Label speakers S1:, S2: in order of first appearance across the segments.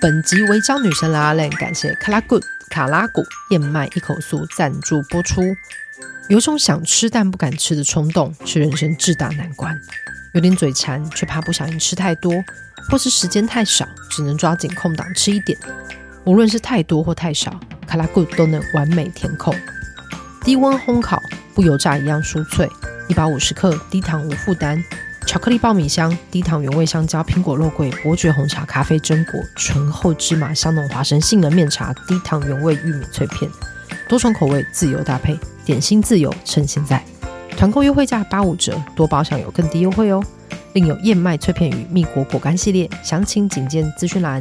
S1: 本集围剿女神拉拉链感谢卡拉古卡拉古燕麦一口酥赞助播出。有种想吃但不敢吃的冲动，是人生至大难关。有点嘴馋，却怕不小心吃太多，或是时间太少，只能抓紧空档吃一点。无论是太多或太少，卡拉古都能完美填空。低温烘烤，不油炸一样酥脆。一百五十克低糖无负担，巧克力爆米香、低糖原味香蕉、苹果肉桂、伯爵红茶、咖啡榛果、醇厚芝麻、香浓花生、杏仁面茶、低糖原味玉米脆片，多重口味自由搭配，点心自由，趁现在！团购优惠价八五折，多包享有更低优惠哦。另有燕麦脆片与蜜果果干系列，详情请见资讯栏。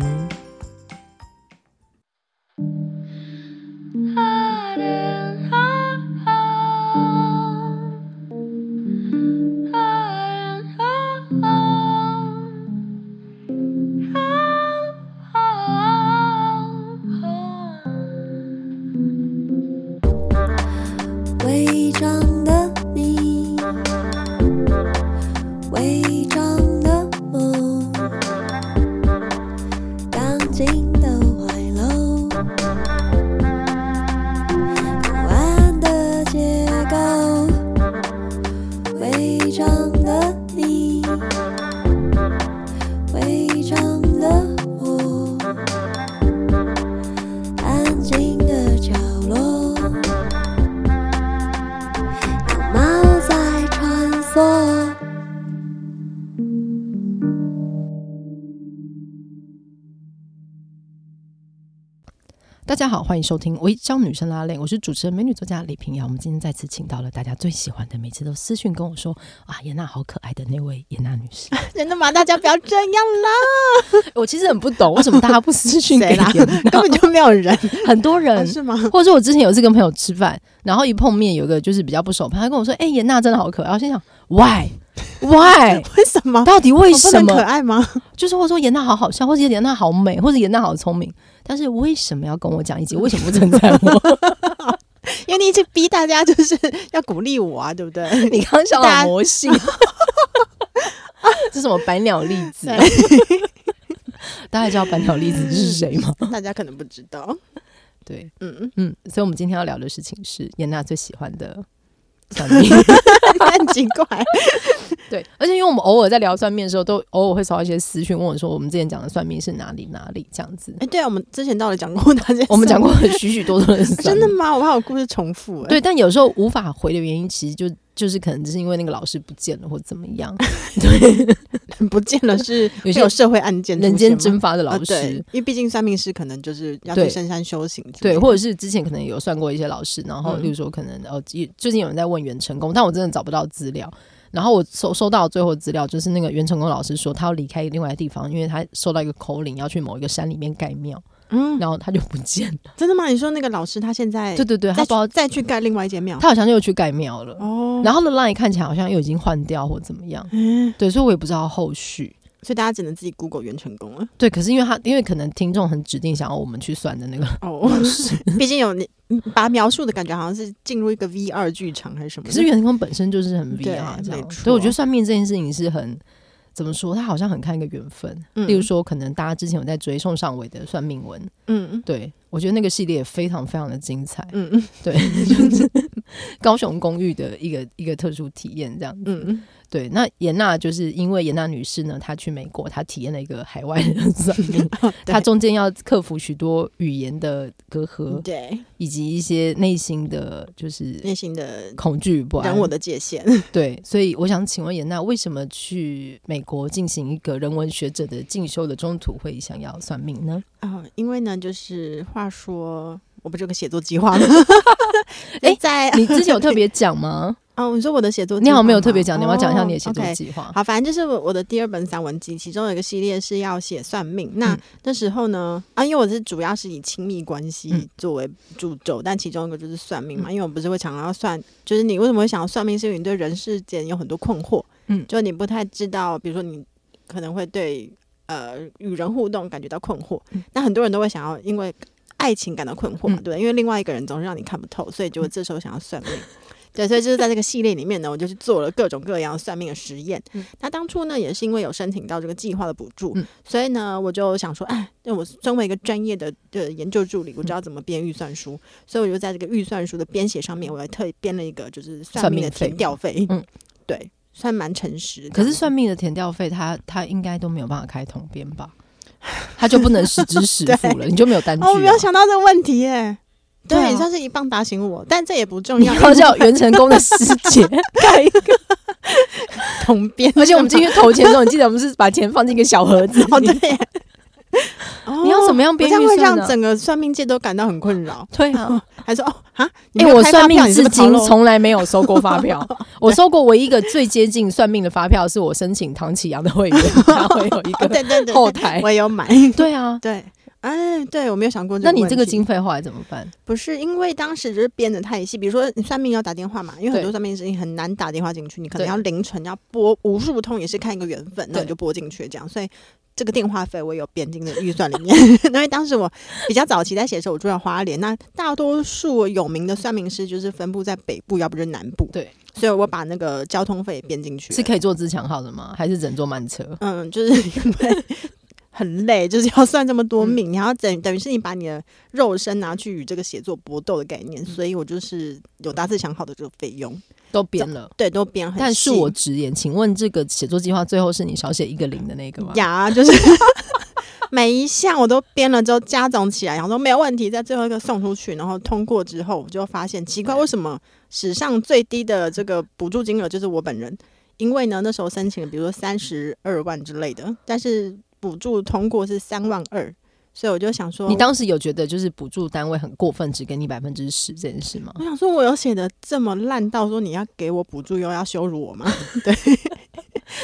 S2: 伪装的你，伪装的我，钢筋的怀楼，不安的结构，伪装的你，伪装的我，安静的角落。猫在穿梭。
S1: 大家好，欢迎收听《围剿女生拉链》，我是主持人美女作家李平遥。我们今天再次请到了大家最喜欢的，每次都私讯跟我说啊，妍娜好可爱的那位妍娜女士。
S3: 真的吗？大家不要这样 啦，
S1: 我其实很不 懂为什么大家不私讯给
S3: 谁啦
S1: 妍娜，
S3: 根本就没有人，
S1: 很多
S3: 哦
S1: 人。
S3: 是 吗？
S1: 或者说我之前有一次跟朋友吃饭，然后一碰面，有一个就是比较不熟的朋友，他跟我说：“哎、妍娜真的好可爱。”我 心想：“Why why？
S3: 哎为什么？
S1: 到底为
S3: 我不
S1: 什
S3: 能哦可
S1: 么？
S3: 爱吗？
S1: 就是或者说妍娜好好笑，或者妍娜好美，或者妍娜好聪明，但是为什么要跟我讲一集？为什么不称赞我？
S3: 因为你一直逼大家就是要鼓励我啊，对不对？
S1: 你刚刚笑得
S3: 大
S1: 好
S3: 家
S1: 魔 性，这是什么百鸟栗 子？大家知道百鸟栗子是谁吗？
S3: 大家可能不知道，
S1: 对，
S3: 嗯，
S1: 嗯，所以我们今天要聊的事情是妍娜最喜欢的算命。
S3: 很奇怪，
S1: 对， 而且因为我们偶尔在聊算命的时候，都偶尔会收到一些私讯，问我说我们之前讲的算命是哪里哪里这样子。
S3: 哎， 对啊，我们之前到底讲过哪些？
S1: 我们讲过了许许多多的算
S3: 真的
S1: 命
S3: 吗？我怕我故事重复，哎，
S1: 对，但有时候无法回的原因，其实就就是可能只是因为那个老师不见了或怎么样，
S3: 不见了是
S1: 有
S3: 会
S1: 些
S3: 有社会案件出现
S1: 人
S3: 吗，
S1: 间蒸发的
S3: 啊
S1: 老师。
S3: 对，因为毕竟算命师可能就是要
S1: 对
S3: 去深山修行之类
S1: 对，
S3: 的，
S1: 或者是之前可能有算过一些老师，然后
S3: 嗯
S1: 例如说可能呃，也最近有人在问袁成功，但我真的找不到资料。然后我收收到最后资料，就是那个袁成功老师说他要离开另外的地方，因为他收到一个口令要去某一个山里面盖庙，
S3: 嗯，
S1: 然后他就不见了。
S3: 真的吗？你说那个老师他现在
S1: 对对对，他
S3: 再
S1: 不知道
S3: 去再去盖另外一间庙，
S1: 他好像又去盖庙了。
S3: 哦，
S1: 然后呢，line 看起来好像又已经换掉或怎么样，
S3: 嗯，
S1: 对，所以我也不知道后续。
S3: 所以大家只能自己 Google 原成功了，
S1: 对，可是因为他因为可能听众很指定想要我们去算的那个，
S3: 哦， 毕竟有你你把它描述的感觉，好像是进入一个 V 二剧场还是什么
S1: 可
S3: 的？
S1: 是袁成功本身就是很
S3: 嗯对
S1: VR 这
S3: 没
S1: 样，
S3: 错
S1: 所以我觉得算命这件事情是很怎么说，他好像很看一个缘分。
S3: 嗯
S1: 例如说，可能大家之前有在追宋尚伟的算命文，
S3: 嗯
S1: 对我觉得那个系列也非常非常的精彩，
S3: 嗯嗯
S1: 高雄公寓的一个一个特殊体验这样子。
S3: 嗯嗯，
S1: 对，那严娜就是因为严娜女士呢，她去美国，她体验了一个海外的算 命，她
S3: 他
S1: 中间要克服许多语言的隔阂，
S3: 对
S1: 以及一些内心的就是
S3: 内心的
S1: 恐惧与不
S3: 嗯
S1: 安
S3: 人。我的界限，
S1: 对，所以我想请问严娜，为什么去美国进行一个人文学者的进修的中途会想要算 命呢？
S3: 啊、因为呢，就是话说，我不是有个写作计 划吗？
S1: 哎
S3: 哎，在
S1: 你之前有特别讲吗？
S3: 哦，你说我的写作计划吗，
S1: 你好像没有特别讲，你要不要讲一下你的写
S3: 哦
S1: 作
S3: ，OK
S1: 计划。
S3: 好，反正就是我我的第二本散文集，其中有一个系列是要写算命。那、
S1: 嗯
S3: 那时候呢，啊，因为我是主要是以亲密关
S1: 嗯
S3: 系作为主轴，但其中一个就是算命嘛。因为我不是会常常要算，就是你为什么会想要算命，是因为你对人世间有很多困惑，
S1: 嗯
S3: 就你不太知道，比如说你可能会对呃与人互动感觉到困惑，
S1: 嗯
S3: 那很多人都会想要因为爱情感到困惑嘛，
S1: 嗯
S3: 对
S1: 嗯
S3: 不对？因为另外一个人总是让你看不透，所以就这时候想要算命。对，所以就是在这个系列里面呢，我就去做了各种各样算命的实验。
S1: 嗯
S3: 那当初呢，也是因为有申请到这个计划的补助，
S1: 嗯
S3: 所以呢，我就想说，哎，那我身为一个专业的的研究助理，我知道怎么编预算书，所以我就在这个预算书的编写上面，我还特意编了一个就是算
S1: 算
S3: 命
S1: 命
S3: 的
S1: 费
S3: 填调费。
S1: 嗯，
S3: 对，算蛮诚实的。
S1: 可是算命的填调费，他他应该都没有办法开统编吧？他就不能实支实付了， 你就没有单据、啊。
S3: 哦，我没有想到这个问题耶。对，
S1: 对啊
S3: 你算是一棒打醒我，但这也不重
S1: 你
S3: 要。
S1: 要叫袁成功的师姐 盖一个，
S3: 统编，
S1: 而且我们进去投钱的时候，你记得我们是把钱放进一个小盒子
S3: 哦，
S1: 里
S3: 对
S1: 面。
S3: 耶。
S1: 你要怎么样
S3: 我
S1: 编
S3: 这样
S1: 预
S3: 会
S1: 算呢
S3: 让整个算命界都感到很困扰，
S1: 对啊，
S3: 还说哦啊，你
S1: 因
S3: 没有
S1: 为哎我
S3: 开
S1: 算
S3: 发
S1: 命
S3: 票
S1: 至今，
S3: 你是不是跑漏
S1: 从来没有收过发 票，我收过唯一一个最接近算命的发票，是我申请唐启阳的会员，他会有一
S3: 哦
S1: 个
S3: 对对对，
S1: 后台
S3: 我。也有买，
S1: 对啊，
S3: 对，哎，对我没有想过
S1: 那你这个
S3: 问题
S1: 经费后来怎么办？
S3: 不是因为当时就是编的太细，比如说你算命要打电话嘛，因为很
S1: 对
S3: 多算命师你很难打电话进去，你可能
S1: 对
S3: 要凌晨要拨无数通，也是看一个缘分，那
S1: 对
S3: 你就拨进去这样，所以。这个电话费我有编进的预算里面， 因为当时我比较早期在写的时候，我住在花莲，那大多数有名的算命师就是分布在北部，要不就是南部，
S1: 对，
S3: 所以我把那个交通费也编进去了，
S1: 是可以坐自强号的吗？还是整坐慢车？
S3: 嗯，就是 因为很累，就是要算这么
S1: 嗯
S3: 多命，你还要等等于是你把你的肉身拿去与这个写作搏斗的概
S1: 嗯
S3: 念，所以我就是有大致想好的这个费用，
S1: 都编了。
S3: 对，都编很细。
S1: 但恕我直言，请问这个写作计划最后是你少写一个零的那个吗？
S3: 呀，就是 每一项我都编了之后加总起来，然后说没有问题，在最后一个送出去，然后通过之后，我就发现奇怪，为什么史上最低的这个补助金额就是我本人？因为呢，那时候申请了，比如说三十二万之类的，但是补助通过是三万二，所以我就想说，
S1: 你当时有觉得就是补助单位很过分，只给你百分之十这 件事吗？
S3: 我想说，我有写的这么烂到说你要给我补助又要羞辱我吗？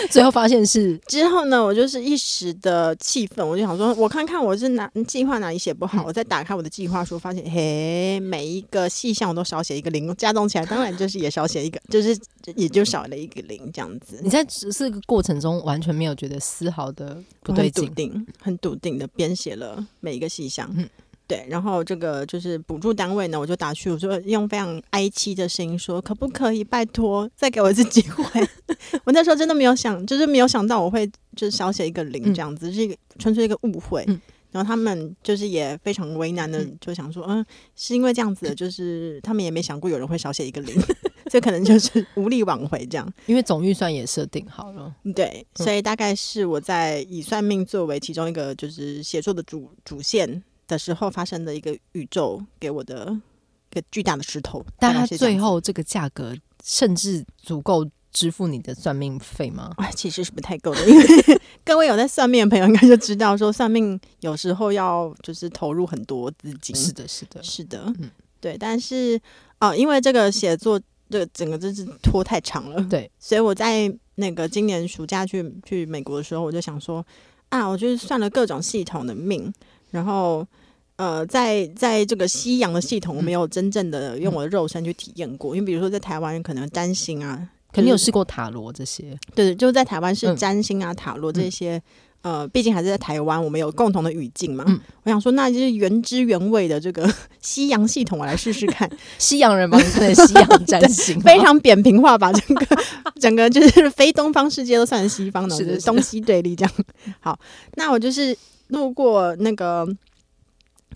S1: 最后发现是
S3: 之后呢，我就是一时的气愤，我就想说，我看看我是哪计划哪里写不好，我再打开我的计划书，发现嘿，每一个细项我都少写一个零，加总起来当然就是也少写一个，就是也就少了一个零这样子
S1: 你。在这个过程中完全没有觉得丝毫的不
S3: 我很
S1: 对
S3: 笃
S1: 劲，
S3: 定，很笃定的编写了每一个细项。
S1: 嗯
S3: 对，然后这个就是补助单位呢，我就打去，我说用非常哀戚的声音说，可不可以拜托再给我一次机会？ 我那时候真的没有想，就是没有想到我会就是少写一个零
S1: 嗯
S3: 这样子，是一个纯粹一个误会。
S1: 嗯
S3: 然后他们就是也非常为难的
S1: 嗯，
S3: 就想说，嗯，是因为这样子，就是他们也没想过有人会少写一个零， 所以可能就是无力挽回这样。
S1: 因为总预算也设定好了。
S3: 对，
S1: 嗯
S3: 所以大概是我在以算命作为其中一个就是写作的主主线的时候发生的一个宇宙给我的一个巨大的石头。
S1: 但
S3: 大概
S1: 它
S3: 是这样
S1: 最后这个价格甚至足够支付你的算命费吗？
S3: 哎，其实是不太够的，因 为各位有在算命的朋友应该就知道，说算命有时候要就是投入很多资金。
S1: 是的，嗯是的，
S3: 是的，
S1: 嗯
S3: 对，但是啊、因为这个写作这整个真是拖太长了，
S1: 对，
S3: 所以我在那个今年暑假去去美国的时候，我就想说啊，我就是算了各种系统的命，然后。呃，在在这个西洋的系统，我
S1: 嗯
S3: 没有真正的用我的肉身去体验过，因为比如说在台湾可能占星啊，
S1: 可你有试过塔罗这些？
S3: 对，就在台湾是
S1: 嗯
S3: 占星啊、塔罗这些，呃，毕竟还是在台湾，我们有共同的语境嘛。
S1: 嗯
S3: 我想说，那就是原汁原味的这个 西洋系统，我来试试看，
S1: 西洋人吗？你真的西 洋占星吗，
S3: 非常扁平化吧，整个 整个就是非东方世界都算是西方的，
S1: 是的
S3: 就是
S1: 是的
S3: 东西对立这样。好，那我就是路过那个。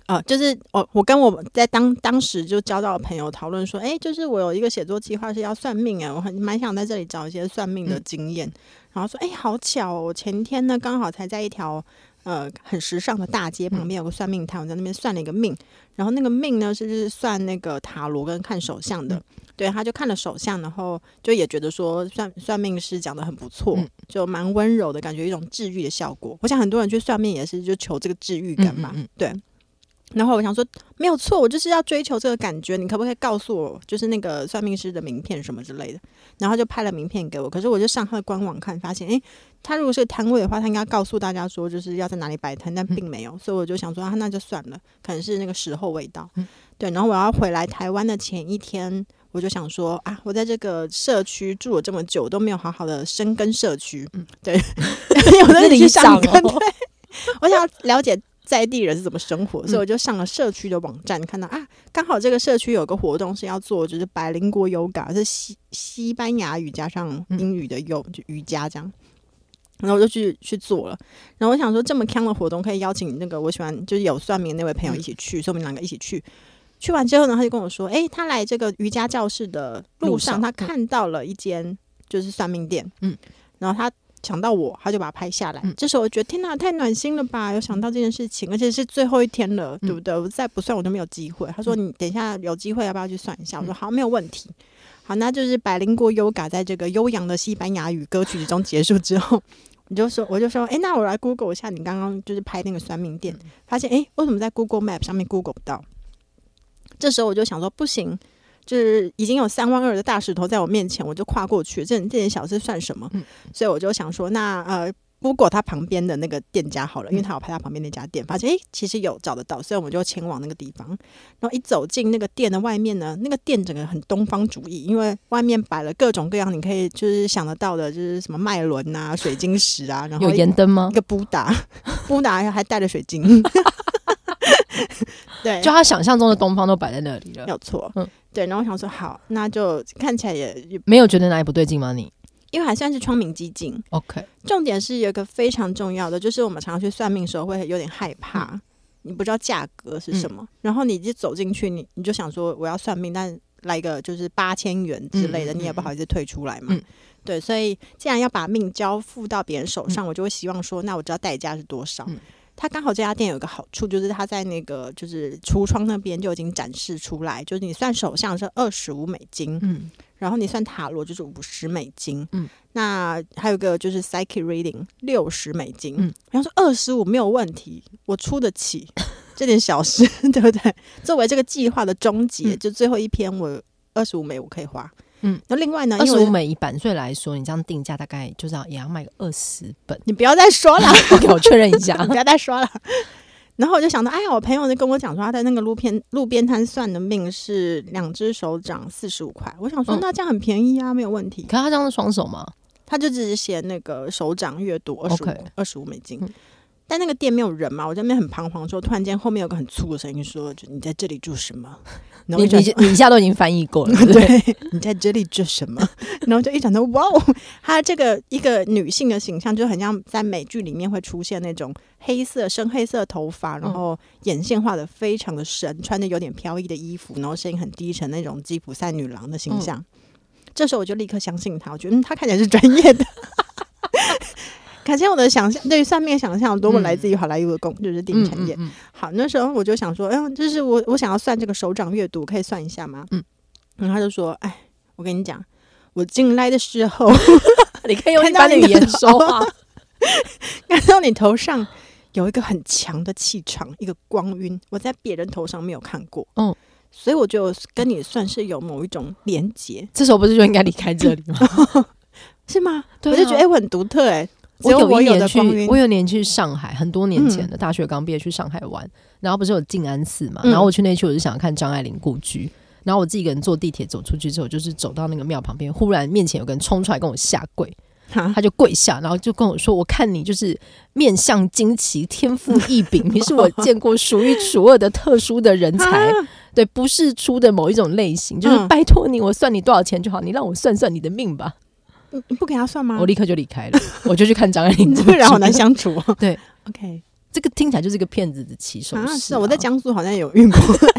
S3: 呃，就是我、我跟我在当当时就交到的朋友讨论说，哎、就是我有一个写作计划是要算命哎、我很蛮想在这里找一些算命的
S1: 嗯
S3: 经验。然后说，哎、好巧哦，我前天呢刚好才在一条呃很时尚的大街
S1: 嗯
S3: 旁边有个算命摊，我在那边算了一个命，然后那个命呢是就是算那个塔罗跟看手相的。
S1: 嗯
S3: 对，他就看了手相，然后就也觉得说算算命师讲的很不错，
S1: 嗯
S3: 就蛮温柔的感觉，有一种治愈的效果。我想很多人去算命也是就求这个治愈感吧，
S1: 嗯嗯嗯
S3: 对。然后我想说，没有错，我就是要追求这个感觉。你可不可以告诉我，就是那个算命师的名片什么之类的？然后他就拍了名片给我，可是我就上他的官网看，发现，诶，他如果是个摊位的话，他应该告诉大家说就是要在哪里摆摊，但
S1: 嗯
S3: 并没有，所以我就想说，啊，那就算了，可能是那个时候未到。
S1: 嗯
S3: 对，然后我要回来台湾的前一天，我就想说啊，我在这个社区住了这么久，都没有好好的深
S1: 嗯
S3: 耕社区，对，我在
S1: 是里
S3: 上
S1: 长
S3: 根，
S1: 哦
S3: 对，我想要了解在地人是怎么生活，所以我就上了社区的网站，看到啊，刚好这个社区有个活动是要做，就是百灵国 yoga，是西西班牙语加上
S1: 嗯
S3: 英语的有就瑜伽这样。然后我就去去做了，然后我想说这么康的活动可以邀请那个我喜欢就是有算命那位朋友一起
S1: 嗯
S3: 去，所以我们两个一起去。去完之后呢，他就跟我说，诶，他来这个瑜伽教室的路
S1: 路
S3: 上，
S1: 上
S3: 他看到了一间就是算命店，
S1: 嗯，
S3: 然后他想到我，他就把它拍下来。
S1: 嗯
S3: 这时候我觉得天哪，太暖心了吧！有想到这件事情，而且是最后一天了，对不对？我再不算我就没有机会。他说：“你等一下有机会要不要去算一下？”我说：“好，没有问题。”好，那就是百灵国优嘎在这个悠扬的西班牙语歌曲中结束之后， 你就说，我就说，诶，那我来 Google 一下你刚刚就是拍那个算命店，发现诶，为什么在 Google Map 上面 Google 不到？这时候我就想说，不行，就是已经有三万二的大石头在我面前，我就跨过去，这这点小事算什么？
S1: 嗯
S3: 所以我就想说，那呃。Google 它旁边的那个店家
S1: 嗯
S3: 好了，因为它有拍它旁边那家店，发现诶，其实有找得到，所以我们就前往那个地方。然后一走进那个店的外面呢，那个店整个很东方主义，因为外面摆了各种各样你可以就是想得到的，就是什么麦伦啊、水晶石啊，然后
S1: 有盐灯吗
S3: 一？个布 达，布达还带着水晶， 对，
S1: 就他想象中的东方都摆在那里
S3: 没
S1: 了，
S3: 有错，
S1: 嗯
S3: 对。然后我想说，好，那就看起来也也，
S1: 没有觉得哪里不对劲吗？你
S3: 因为还算是窗明几净。
S1: OK？
S3: 重点是有一个非常重要的，就是我们常常去算命的时候会有点害怕，
S1: 嗯
S3: 你不知道价格是什么，然后你一走进去，你你就想说我要算命，但来个就是八千元之类的，
S1: 嗯嗯嗯
S3: 你也不好意思退出来嘛。
S1: 嗯
S3: 对，所以既然要把命交付到别人手上，我就会希望说，那我知道代价是多少。
S1: 嗯
S3: 他刚好这家店有一个好处，就是他在那个就是橱窗那边就已经展示出来，就是你算手相是二十五美金，
S1: 嗯，
S3: 然后你算塔罗就是五十美金，
S1: 嗯，
S3: 那还有一个就是 psychic reading 六十美金，
S1: 嗯，
S3: 然后说二十五没有问题，我出得起这点小事， 对不对？作为这个计划的终结，
S1: 嗯
S3: 就最后一篇我二十五美我可以花，
S1: 嗯，
S3: 那另外呢，
S1: 二
S3: 因
S1: 十
S3: 为
S1: 五
S3: 我。。
S1: 美以版税来说，你这样定价大概就是要也要卖个二 十本
S3: 你不要再说 了，
S1: OK，我确认 一下，
S3: 你不要再说了。然后我就想到，哎呀，我朋友就跟我讲说，他在那个路边路边摊算的命是两只手掌四十五块。我想说，
S1: 嗯
S3: 那这样很便宜啊，没有问题。
S1: 可是他这样是双手吗？
S3: 他就只是写那个手掌阅读二十五
S1: OK
S3: 二十五美金
S1: 嗯。
S3: 但那个店没有人嘛，我在那边很彷徨的时候，突然间后面有个很粗的声音说：“就你在这里做什么？”然后
S1: 你
S3: 我就
S1: 你你一下都已经翻译 过了，对不对？
S3: 对，你在这里做什么？ 然后就一转头，哇哦，她这个一个女性的形象，就很像在美剧里面会出现那种黑色、深黑色的头发，
S1: 嗯
S3: 然后眼线画的非常的深，穿着有点飘逸的衣服，然后声音很低沉那种吉普赛女郎的
S1: 嗯
S3: 形象。这时候我就立刻相信她，我觉得嗯，她看起来是专业的。 可见我的想象，对于算命的想象有多么来自于好莱坞的工，就是 电影产业。
S1: 嗯
S3: 好，那时候我就想说，哎呦，就是我我想要算这个手掌阅读，可以算一下吗？
S1: 嗯，
S3: 然后他就说，哎，我跟你讲，我进来的时候
S1: 你可以用一
S3: 看到
S1: 般的
S3: 你
S1: 语言
S3: 的
S1: 说话。
S3: 看到你头上有一个很强的气场，一个光晕，我在别人头上没有看过，
S1: 嗯，
S3: 所以我觉得我跟你算是有某一种连结，
S1: 这时候不是就应该离开这里吗？
S3: 是吗？
S1: 对啊
S3: 我就觉得、哎，我很独特、哎，只
S1: 我
S3: 有
S1: 有
S3: 我
S1: 一
S3: 的
S1: 年去
S3: 光晕，，
S1: 我有一年去上海，很多年前的、大学刚毕业去上海玩，然后不是有静安寺嘛，
S3: 嗯
S1: 然后我去那区我就想看张爱玲故居，然后我自己一个人坐地铁走出去之后，就是走到那个庙旁边，忽然面前有个人冲出来跟我下跪，
S3: 哈
S1: 他就跪下，然后就跟我说：“我看你就是面相惊奇，天赋异禀，你是 我见过数一数二的特殊的人才，
S3: 啊
S1: 对，不是出的某一种类型，就是
S3: 嗯
S1: 拜托你，我算你多少钱就好，你让我算算你的命吧。”
S3: 你你不给他算吗
S1: 我？立刻就离开了，我就去看张爱玲
S3: 嗯 你
S1: 故
S3: 这
S1: 居。
S3: 个人好难相处哦。
S1: 对
S3: ，OK。
S1: 这个听起来就是一个骗子的起手式、
S3: 啊，是啊我在。江苏好像有遇过，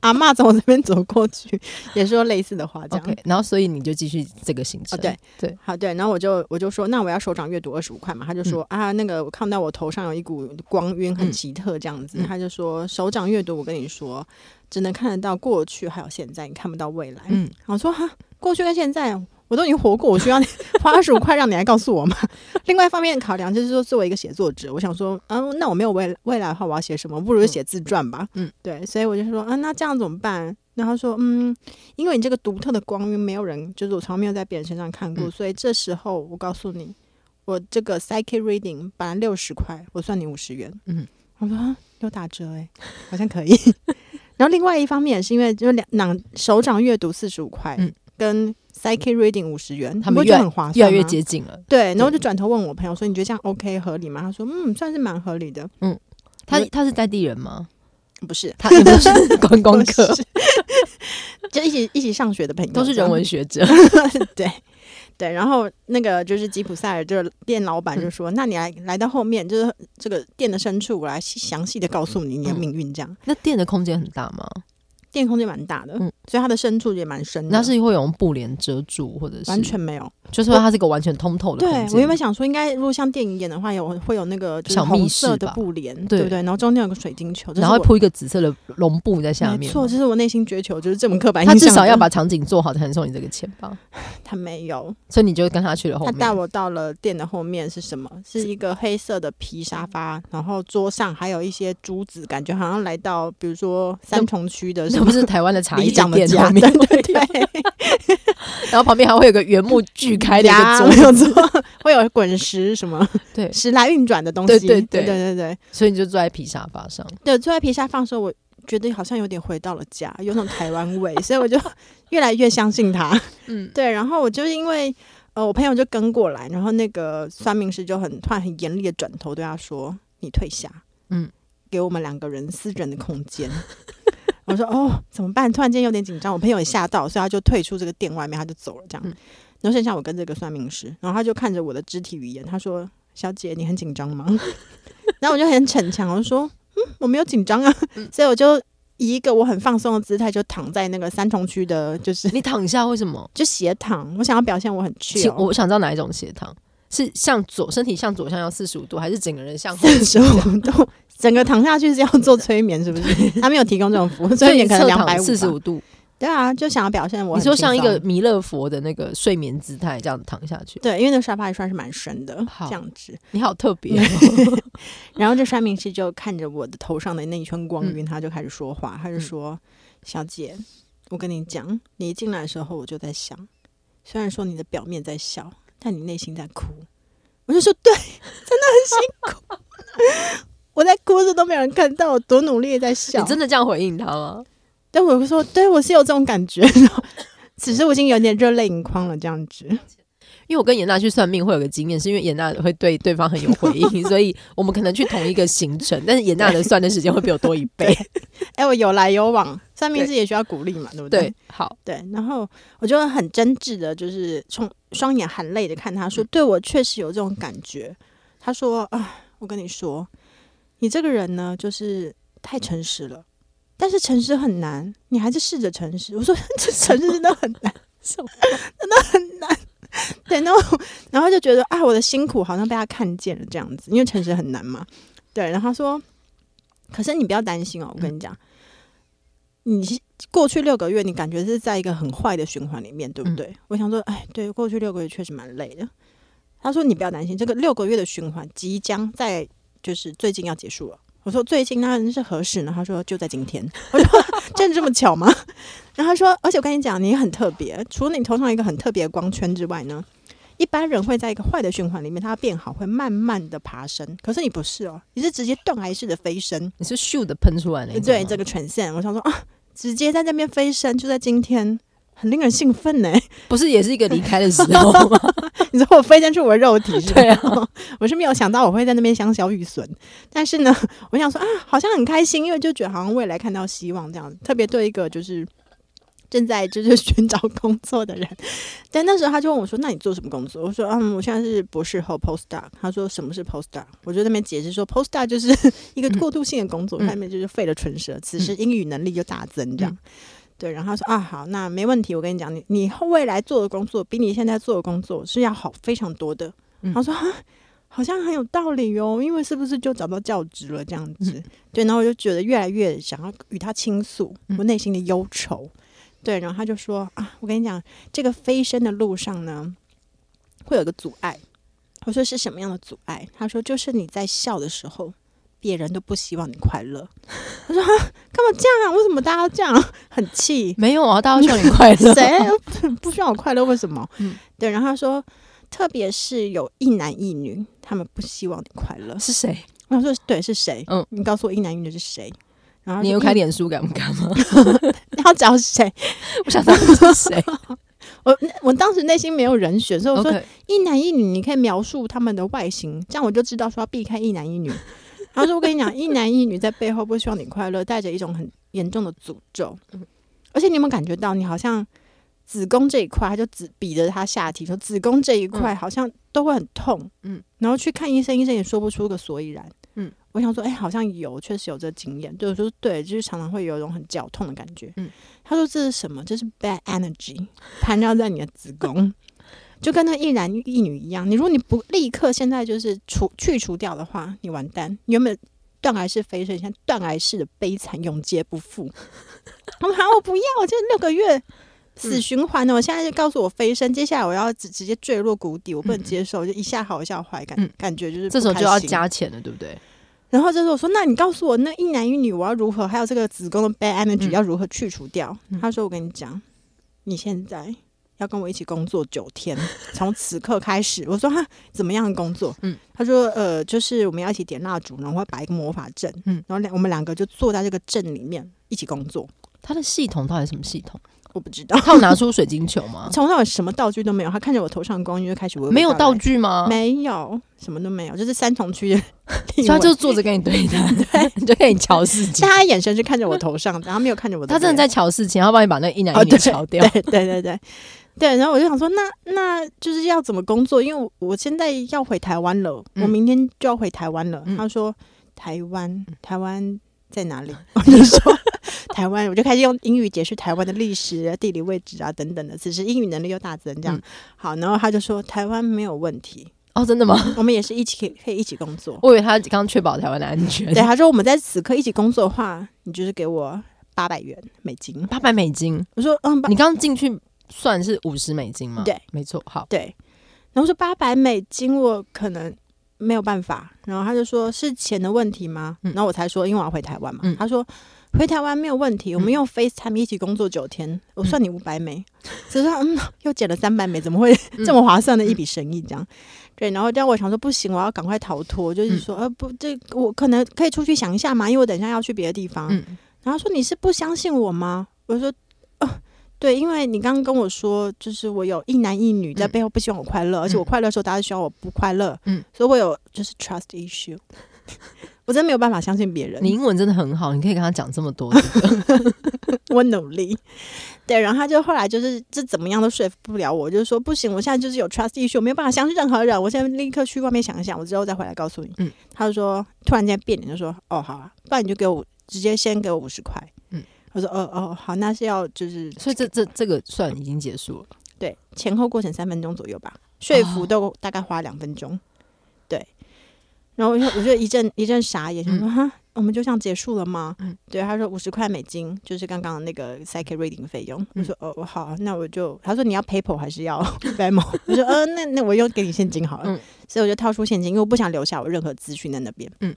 S3: 阿妈从我这边走过去，也说类似的话，这样。
S1: OK，然后所以你就继续这个行程。
S3: 哦对
S1: 对，
S3: 好，对，然后我就我就说，那我要手掌阅读二十五块嘛，他就说、啊，那个我看到我头上有一股光晕，很
S1: 嗯
S3: 奇特这样子，
S1: 嗯
S3: 他就说手掌阅读，我跟你说，只能看得到过去还有现在，你看不到未来。
S1: 嗯，
S3: 然后我说哈，过去跟现在我都已经活过，我需要你 花二十五块让你来告诉我吗？ 另外一方面考量就是说，作为一个写作者，我想说，嗯，那我没有未未来的话，我要写什么？不如写自传吧。
S1: 嗯，
S3: 对，所以我就说，啊，那这样怎么办？然后他说，嗯，因为你这个独特的光晕，没有人，就是我从来没有在别人身上看过，
S1: 嗯
S3: 所以这时候我告诉你，我这个 psychic reading 本来六十块，我算你五十元。
S1: 嗯，
S3: 我说啊有打折哎、好像可以。 然后另外一方面也是因为就是两两手掌阅读四十五块，
S1: 嗯
S3: 跟 psychic reading 五十元，
S1: 他们
S3: 你不觉得很划算
S1: 越来越
S3: 吗
S1: 接近了。
S3: 对，然后就
S1: 对
S3: 转头问我朋友说：“你觉得这样 OK 合理吗？”他说：“嗯，算是蛮合理的。”
S1: 嗯，他
S3: 因为
S1: 他是在地 人吗？
S3: 不是，
S1: 他你们是观光客
S3: 都，是 就一起一起上学的朋友，
S1: 都是人文学 者。
S3: 对对，然后那个就是吉普赛尔，就是店老板
S1: 嗯
S3: 就说：“那你来来到后面，就是这个店的深处，我来细详细的告诉你你的命运。”这样，
S1: 那店的空间很大吗？
S3: 店空间蛮大的，
S1: 嗯
S3: 所以它的深处也蛮深的。
S1: 那是会用布帘遮住，或者是
S3: 完全没有。
S1: 就是说它是一个完全通透的
S3: 对
S1: 空间。
S3: 我原本想说，应该如果像电影演的话，有会有那个就是
S1: 小密
S3: 红
S1: 室
S3: 色的
S1: 吧
S3: 布帘，
S1: 对
S3: 对不对？然后中间有个水晶球，这是
S1: 然后
S3: 我
S1: 会铺一个紫色的绒布在下面。
S3: 没错，这是我内心追求，就是这么刻板
S1: 他
S3: 印象的。
S1: 至少要把场景做好才能收你这个钱吧？
S3: 他没有，
S1: 所以你就跟他去了后
S3: 他
S1: 面。
S3: 带我到了店的后面是什么？是一个黑色的皮沙发，然后桌上还有一些珠子，感觉好像来到比如说三重区的什
S1: 那
S3: 么
S1: 不是台 湾的茶
S3: 里
S1: 叶
S3: 长的
S1: 店
S3: 家，
S1: 后
S3: 对
S1: 面，
S3: 对对，
S1: 然后旁边还会有个原木锯开的一
S3: 家
S1: 个
S3: 没
S1: 桌
S3: 有
S1: 子，
S3: 错，会有滚石什么
S1: 对，
S3: 时来运转的东西，
S1: 对对对
S3: 对对对对
S1: 所以你就坐在皮沙发上。
S3: 对坐在皮沙发的时候，我觉得好像有点回到了家，有种台湾味，所以我就 越来越相信他。
S1: 嗯，
S3: 对，然后我就是因为呃，我朋友就跟过来，然后那个算命师就很突然很严厉的转头对他说：“你退下，
S1: 嗯，
S3: 给我们两个人私人的空间。”我说：“哦，怎么办？突然间有点紧张。”我朋友也吓到，所以他就退出这个店外面，他就走了这样。
S1: 嗯
S3: 然后剩下我跟这个算命师，然后他就看着我的肢体语言，他说：“小姐，你很紧张吗？” 然后我就很逞强，我就说：“嗯，我没有紧张啊。
S1: 嗯
S3: 所以我就以一个我很放松的姿态，就躺在那个三重区的，就是
S1: 你躺下为什么？
S3: 就斜躺，我想要表现我很
S1: 请
S3: chill，
S1: 我想知道哪一种斜躺。是向左，身体向左向要四十五度，还是整个人向后？
S3: 四十 五度， 整个躺下去是要做催眠，是不是？他没有提供这种服务，所以
S1: 你
S3: 你可能
S1: 侧
S3: 两
S1: 躺
S3: 百
S1: 四十五，度，
S3: 对啊，就想要表现我
S1: 你
S3: 很
S1: 说
S3: 轻松。
S1: 像一个弥勒佛的那个睡眠姿态这样躺下去，
S3: 对，因为那个沙发还算是蛮深的
S1: 好，
S3: 这样子。
S1: 你好特 别哦、
S3: 然后这算命师就看着我的头上的那一圈光
S1: 嗯
S3: 晕，他就开始说话，他就说：“小姐，我跟你讲，你一进来的时候我就在想，虽然说你的表面在笑，但你内心在哭。”我就说：“对，真的很辛苦， 我在哭着都没有人看到，我多努力地在笑。”
S1: 你真的这样回应他吗？
S3: 但我就说：“对，我是有这种感觉。”然后 此时我已经有点热泪盈眶了，这样子。
S1: 因为我跟严娜去算命会有个经验，是因为严娜会对对方很有回 应，所以我们可能去同一个行程，但是严娜的算的时间会比我多一倍。
S3: 哎，我有来有往，算命师也需要鼓励嘛， 对不对
S1: 对，好，
S3: 对，然后我就很真挚的，就是冲双眼含泪的看他说：“对我确实有这种感觉。”他说：“啊，我跟你说，你这个人呢，就是太诚实了，但是诚实很难，你还是试着诚实。”我说：“这诚实真的很难，
S1: 什么
S3: 真的很难。”对，然后然后就觉得啊，我的辛苦好像被他看见了这样子，因为诚实很难嘛。对，然后他说：“可是你不要担心哦，我跟你讲，你过去六个月，你感觉是在一个很坏的循环里面，对不对？我想说，哎，对，过去六个月确实蛮累的。他说：“你不要担心，这个六个月的循环即将在就是最近要结束了。”我说：“最近那是何时呢？”他说：“就在今天。” 我说：“真的这么巧吗？” 然后他说：“而且我跟你讲，你很特别，除了你头上有一个很特别的光圈之外呢，一般人会在一个坏的循环里面，他变好，会慢慢的爬升。可是你不是哦，你是直接断崖式的飞升。
S1: 你是咻的喷出来那一种
S3: 对
S1: 吗
S3: 这个权限，我想说啊，直接在那边飞升，就在今天，很令人兴奋呢。
S1: 不是也是一个离开的时候吗？
S3: 你说我飞升出我的肉体是吧？
S1: 对
S3: 啊，我是没有想到我会在那边香消玉损，但是呢，我想说啊，好像很开心，因为就觉得好像未来看到希望这样子，特别对一个就是。正在就是 寻找工作的人，但那时候他就问我说：“那你做什么工作？”我说：“嗯，我现在是博士后 postdoc。”他说：“什么是 postdoc？” 我就在那边解释说，postdoc 就是 一个过渡性的工作，
S1: 嗯
S3: 外面就是费了唇舌，此时英语能力就大增这样。对，然后他说啊，好，那没问题。我跟你讲，你你未来做的工作比你现在做的工作是要好非常多的。
S1: 嗯
S3: 他说啊，好像很有道理哦，因为是不是就找到教职了这样子？ 对，然后我就觉得越来越想要与他倾诉我内心的忧愁。对，然后他就说啊，我跟你讲，这个飞升的路上呢，会有个阻碍。我说是什么样的阻碍？他说就是你在笑的时候，别人都不希望你快乐。我说啊，干嘛这样啊？为什么大家要这样？很气。
S1: 没有啊，大家希望你快 乐。
S3: 谁 不需要我快乐？为什么？
S1: 嗯
S3: 对。然后他说，特别是有一男一女，他们不希望你快乐。
S1: 是谁？
S3: 我说，对，是谁？
S1: 嗯
S3: 你告诉我一男一女是谁？然后他
S1: 你有
S3: 说
S1: 开脸书敢不敢吗？
S3: 你要找谁？
S1: 我想知道是谁。
S3: 我我当时内心没有人选， 所以我说
S1: OK，
S3: 一男一女，你可以描述他们的外形，这样我就知道说要避开一男一女。他说：“我跟你讲，一男一女在背后不希望你快乐，带着一种很严重的诅咒。而且你有没有感觉到，你好像子宫这一块，他就只比着他下体说，子宫这一块好像都会很痛，
S1: 嗯
S3: 嗯，然后去看医生，医生也说不出个所以然，
S1: 嗯
S3: 嗯。”我想说，哎、好像有，确实有这经验。对，我说对，就是常常会有一种很绞痛的感觉。
S1: 嗯
S3: 嗯，他说这是什么？这是 bad energy 盘绕在你的子宫，就跟那一男一女一样。你如果你不立刻现在就是除去除掉的话，你完蛋。你原本断崖式飞升，现在断崖式的悲惨永劫不复。 我喊我不要，我这六个
S1: 嗯
S3: 月死循环呢。我现在就告诉我飞升，接下来我要直直接坠落谷底，我不能接受，就一下好一下坏，感、
S1: 嗯
S3: 感觉就是
S1: 这时候
S3: 不
S1: 就
S3: 开
S1: 要
S3: 心
S1: 加钱了，对不对？
S3: 然后就是我说，那你告诉我，那一男一女我要如何，还有这个子宫的 bad energy
S1: 嗯
S3: 要如何去除掉？
S1: 嗯
S3: 他说，我跟你讲，你现在要跟我一起工作九天， 从此刻开始。我说哈，怎么样的工作？
S1: 嗯
S3: 嗯，他说，呃，就是我们要一起点蜡烛，然后会摆一个魔法阵，
S1: 嗯
S3: 嗯，然后两我们两个就坐在这个阵里面一起工作。
S1: 他的系统到底什么系统？
S3: 我不知 道，
S1: 他有拿出水晶球吗？
S3: 从头到尾什么道具都没有，他看 着我头上光晕就开始微微
S1: 没有
S3: 道
S1: 道
S3: 来，
S1: 具吗？
S3: 没有，什么都没有，就是三重区的
S1: 所
S3: 立
S1: 以他
S3: 委
S1: 就坐着跟你 对谈，对， 就跟你瞧事情
S3: 但。他的眼神是看着我头上的，他没有看着我的
S1: 他
S3: 脸。
S1: 真的在瞧事情，他帮你把那一男
S3: 哦
S1: 一女
S3: 对
S1: 瞧掉。
S3: 对对对对对，然后我就想说，那那就是要怎么工作？因为我我现在要回台湾了，
S1: 嗯
S3: 我明天就要回台湾了。
S1: 嗯
S3: 他说台湾，台湾在哪 里？我就说。台湾，我就开始用英语解释台湾的历史、啊、地理位置啊等等的。此时英语能力又大增，这样、
S1: 嗯
S3: 好。然后他就说台湾没有问题，
S1: 哦，真的吗？
S3: 我们也是一起可以可以一起工 作。
S1: 我以为他刚确保台湾的安全
S3: 对，。他啊说我们在此刻一起工作的话，你就是给我八百元美金。
S1: 八百美金，
S3: 我说嗯，八
S1: 你刚进去算是五十美金吗？
S3: 对，
S1: 没错。好，
S3: 对，然后说八百美金我可能没有办法，然后他就说是钱的问题吗？
S1: 嗯
S3: 然后我才说因为我要回台湾嘛，
S1: 嗯
S3: 他说回台湾没有问题，我们
S1: 嗯
S3: 用 FaceTime 一起工作九天，我算你五百美，只是说嗯又减了三百美，怎么会
S1: 嗯
S3: 这么划算的一笔生意这样？对，然后但我想说不行，我要赶快逃脱，就是说、
S1: 嗯
S3: 呃不，这我可能可以出去想一下嘛，因为我等一下要去别的地方，
S1: 嗯
S3: 然后他说你是不相信我吗？我说，哦，对，因为你刚刚跟我说，就是我有一男一女在
S1: 嗯
S3: 背后不希望我快乐，而且我快乐的时候大家希望我不快乐，
S1: 嗯
S3: 嗯，所以我有就是 trust issue，我真没有办法相信别人，
S1: 你英文真的很好，你可以跟他讲这么多这个。
S3: 我努力。对，然后他就后来就是这怎么样都说服不了我，就是说不行，我现在就是有 trust issue，我没有办法相信任何人，我现在立刻去外面想一想，我之后再回来告诉你。
S1: 嗯
S3: 他就说突然间变脸，就说哦好啊，不然你就给我直接先给我五十块。
S1: 嗯
S3: 嗯，我说哦哦好，那是要就是
S1: 所以这这这个算已经结束了。
S3: 对，前后过程三分钟左右吧，说服
S1: 哦
S3: 都大概花两分钟。对，然后我就我就一阵一阵傻眼，想说哈，我们就这样结束了吗？
S1: 嗯
S3: 对，他说五十块美金就是刚刚那个 psychic reading 费用。我
S1: 嗯
S3: 说哦，好，那我就他说你要 PayPal 还是要 Venmo？我说呃，那那我用给你现金好了。
S1: 嗯
S3: 所以我就掏出现金，因为我不想留下我任何资讯在那边。
S1: 嗯。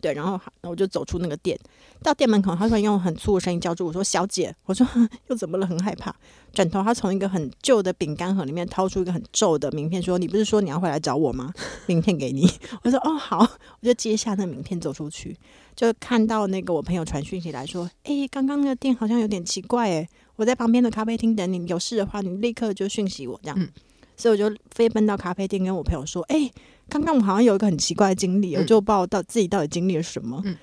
S3: 对，然后好那我就走出那个店，到店门口，他突然用很粗的声音叫住我说：“小姐。”我说：“又怎么了？很害怕。”转头，他从一个很旧的饼干盒里面掏出一个很皱的名片，说：“你不是说你要回来找我吗？ 名片给你。”我说：“哦，好。”我就接下那名片走出去，就看到那个我朋友传讯息来说：“诶，刚刚那个店好像有点奇怪诶，我在旁边的咖啡厅等你，有事的话你立刻就讯息我这样。
S1: 嗯
S3: 所以我就飞奔到咖啡店，跟我朋友说：“诶，刚刚我好像有一个很奇怪的经历，
S1: 嗯
S3: 我就不知道到自己到底经历了什么。
S1: 嗯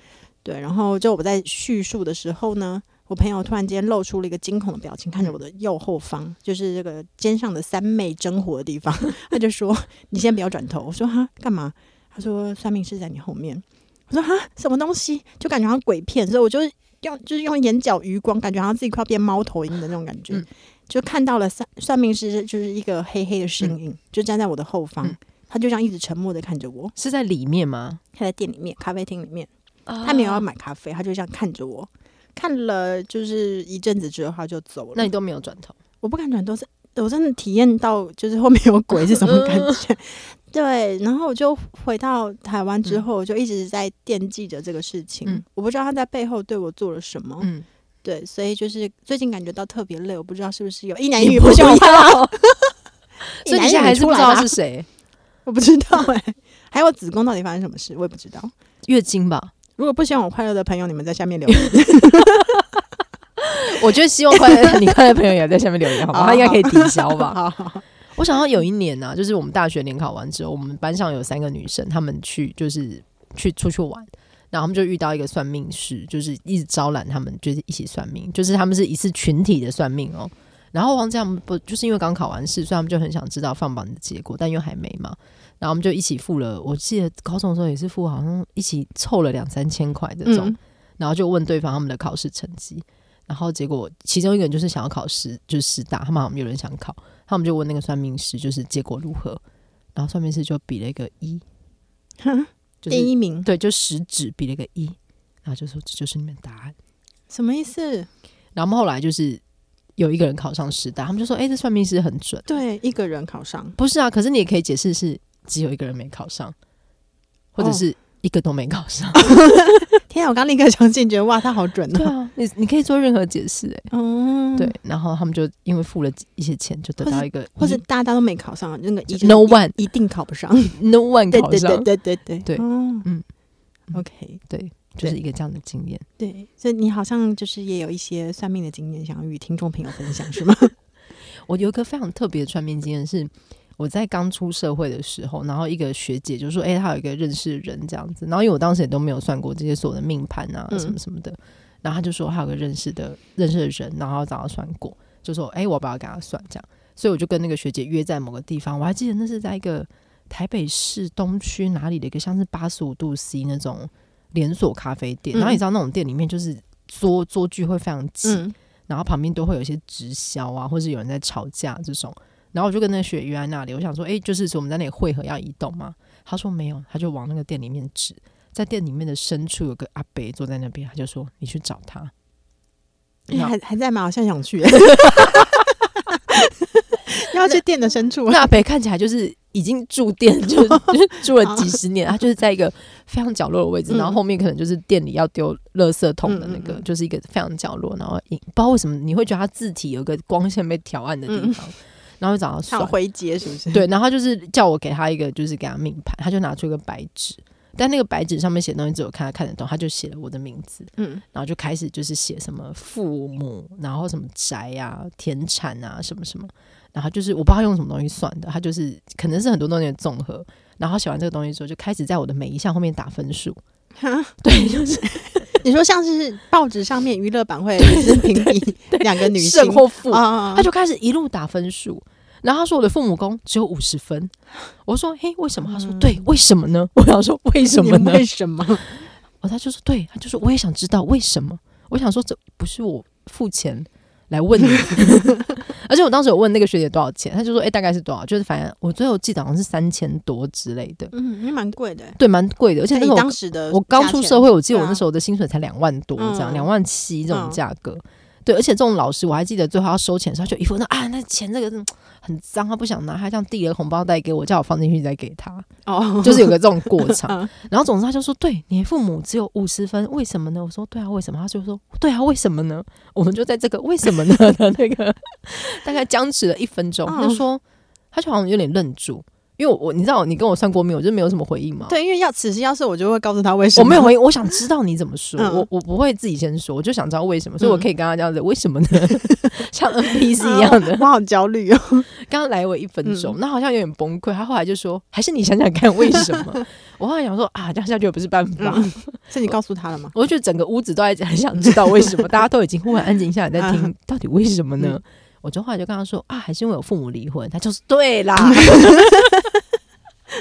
S3: 对，然后就我在叙述的时候呢，我朋友突然间露出了一个惊恐的表情，
S1: 嗯
S3: 看着我的右后方，就是这个肩上的三昧真火的地方， 他就说：“你先不要转头。”我说：“哈，干嘛？”他说：“算命是在你后面。”我说：“哈，什么东西？”就感觉好像鬼片，所以我就用就是用眼角余光，感觉好像自己快要变猫头鹰的那种感觉，
S1: 嗯
S3: 就看到了算算命师就是一个黑黑的身影，就站在我的后方，
S1: 嗯
S3: 他就这样一直沉默的看着我，
S1: 是在里面吗？
S3: 他在店里面咖啡厅里面。
S1: 他
S3: 他没有
S1: 哦
S3: 要买咖啡，他就这样看着我，看了就是一阵子之后他就走了。
S1: 那你都没有转头。
S3: 我不敢转头，是我真的体验到就是后面有鬼是什么 感觉。对，然后我就回到台湾之后，我就一直在惦记着这个事情。
S1: 嗯
S3: 我不知道他在背后对我做了什么。
S1: 嗯，
S3: 对，所以就是最近感觉到特别累，我不知道是不是有一 男一
S1: 你
S3: 女
S1: 不
S3: 希望
S1: 要
S3: 他， 一
S1: 所以
S3: 男
S1: 你
S3: 一
S1: 现在
S3: 女
S1: 还是
S3: 出
S1: 不
S3: 来
S1: 知道
S3: 吧
S1: 是谁？
S3: 我不知道哎、 还有子宫到底发生什么事，我也不知道。
S1: 月经吧？
S3: 如果不希望我快乐的朋友，你们在下面留言。
S1: 我觉得希望快 乐你快乐的朋友也在下面留言，好吗？
S3: 好
S1: 他应该可以抵消吧？
S3: 好好好，
S1: 我想到有一年呢、啊，就是我们大学联考完之后，我们班上有三个女生，她们去就是去出去玩，然后他们就遇到一个算命师，就是一直招揽他们，就是一起算命，就是他们是一次群体的算命哦。然后王家们不就是因为刚考完试，所以他们就很想知道放榜的结果，但又还没嘛。然后我们就一起付了，我记得高中的时候也是付，好像一起凑了两三千块这种。
S3: 嗯，
S1: 然后就问对方他们的考试成绩，然后结果其中一个人就是想要考师，就是师大，他们好像有人想考，他们就问那个算命师，就是结果如何，然后算命师就比了一个一，就
S3: 第
S1: 是
S3: 一名
S1: 对，就食指比了一个一，然后就说这就是你们答案。
S3: 什么意思？
S1: 然后他们后来就是有一个人考上师大，他们就说，哎，这算命师很准，
S3: 对，一个人考上，
S1: 不是啊？可是你也可以解释是只有一个人没考上，或者
S3: 哦
S1: 是一个都没考上，
S3: 天啊！我刚立刻相信，觉得哇，他好准
S1: 对
S3: 哦。
S1: 啊， 你你可以做任何解释、哎。
S3: 嗯，
S1: 对，，然后他们就因为付了一些钱，就得
S3: 或
S1: 到
S3: 是
S1: 一个
S3: 或
S1: 一
S3: 者大家都没考上，那个一
S1: no one
S3: 一定考不上。
S1: no one
S3: 对
S1: 考
S3: 对对
S1: 上，
S3: 对对对
S1: 对
S3: 哦
S1: 嗯
S3: ，OK，
S1: 对，就是一个这样的经验。
S3: 对，所以你好像就是也有一些算命的经验，想要与听众朋友分享是吗？
S1: 我有一个非常特别的串面经验是。我在刚出社会的时候，然后一个学姐就说：“哎、她有一个认识的人这样子。”然后因为我当时也都没有算过这些所有的命盘啊
S3: 嗯
S1: 什么什么的，然后她就说她有个认识的认识的人，然后找她算过，就说：“哎、我要不要跟她算？”这样，所以我就跟那个学姐约在某个地方，我还记得那是在一个台北市东区哪里的一个像是八十五度 C 那种连锁咖啡店，
S3: 嗯
S1: 然后你知道那种店里面就是桌桌距会非常挤，
S3: 嗯，
S1: 然后旁边都会有一些直销啊，或是有人在吵架这种。然后我就跟那个学员约在那里，我想说，诶，就是说我们在那里汇合要移动吗？他说没有，他就往那个店里面指，在店里面的深处有个阿伯坐在那边，他就说你去找 他。
S3: 哎
S1: 那
S3: 还还在吗？好像想去，要去店的深处啊。
S1: 那阿伯看起来就是已经住店，就 就是住了几十年，他就是在一个非常角落的位置，
S3: 嗯
S1: 然后后面可能就是店里要丢垃圾桶的那
S3: 嗯
S1: 个，
S3: 嗯嗯
S1: 就是一个非常角落，然后不知道为什么你会觉得他字体有个光线被调暗的地方，然后就找他
S3: 还
S1: 算
S3: 嗯有。回结是不是？
S1: 对，然后他就是叫我给他一个，就是给他命盘，他就拿出一个白纸，但那个白纸上面写的东西只有看他看得懂，他就写了我的名字，
S3: 嗯，
S1: 然后就开始就是写什么父母，然后什么宅啊、田产啊什么什么，然后就是我不知道他用什么东西算的，他就是可能是很多东西的综合，然后他写完这个东西之后，就开始在我的每一项后面打分数，
S3: 哈
S1: 对，就是
S3: 你说像是报纸上面娱乐版会就是评比两个女性
S1: 胜或负
S3: 啊，
S1: 他就开始一路打分数。然后他说我的父母宫只有五十分，我说嘿为什么？他说
S3: 嗯
S1: 对为什么呢？ 我想说为什
S3: 你
S1: 么呢？
S3: 为什么？
S1: 哦，他就说对，他就说我也想知道为什么。我想说这不是我付钱来问你， 而且我当时有问那个学姐多少钱，她就说哎、诶大概是多少，就是反正我最后记得好像是三千多之类的，
S3: 嗯，也蛮贵的。
S1: 对，蛮贵的。而
S3: 看
S1: 且那
S3: 你
S1: 个我
S3: 当时的
S1: 我刚
S3: 价
S1: 出
S3: 钱
S1: 社会，我记得
S3: 对
S1: 我
S3: 啊
S1: 那时候的薪水才两万多这
S3: 嗯
S1: 样，两、万七这种
S3: 嗯
S1: 价格。对，而且这种老师我还记得最后要收钱的时候，他就一副那啊那钱这个嗯很脏，他不想拿，他这样递了个红包袋给我，叫我放进去再给他。
S3: 哦，
S1: 就是有个这种过 程
S3: 嗯。
S1: 然后总之他就说：“对，你的父母只有五十分，为什么呢？”我说：“对啊，为什么？”他就说：“对啊，为什么呢？”我们就在这个“为什么呢”的那个大概僵持了一分钟。他就
S3: 嗯
S1: 说，他就好像有点愣住，因为我我你知道你跟我算过命，我就没有什么回应嘛。
S3: 对，因为要此时要是我就会告诉他为什
S1: 我
S3: 么
S1: 没有 回应，我想知道你怎么说，
S3: 嗯
S1: 我我不会自己先说，我就想知道为什么，所以我
S3: 嗯
S1: 可以跟他这样子，为什么呢？ 像 NPC
S3: 啊
S1: 一样的，
S3: 我好焦虑哦。
S1: 刚刚来我一分钟，
S3: 嗯
S1: 那好像有点崩溃。他后来就说：“还是你想想看为什 么？”我后来想说：“啊，这样下去也不是办法。
S3: 嗯是你告诉他了吗？
S1: 我就觉得整个屋子都在很想知道为什么，大家都已经忽然安静下来在听
S3: 嗯，
S1: 到底为什么呢？
S3: 嗯
S1: 我就后来就跟他说：“啊，还是因为我父母离婚。”他就是对啦。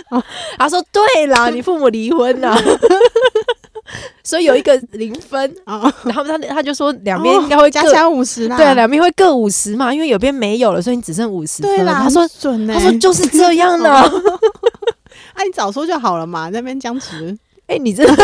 S3: 嗯
S1: 他说：“对啦，你父母离婚啦，所以有一个零分。
S3: 啊，”
S1: 然后他他就说 两边应该会
S3: 哦加
S1: 各
S3: 起来五十啦。
S1: 对啊两边会各五十嘛，因为有边没有了，所以你只剩五十分
S3: 对
S1: 了。
S3: 啦，
S1: 他说
S3: 很准呢、
S1: 他说就是这样呢、
S3: 啊，你早说就好了嘛，在那边僵持，
S1: 哎、你 真的。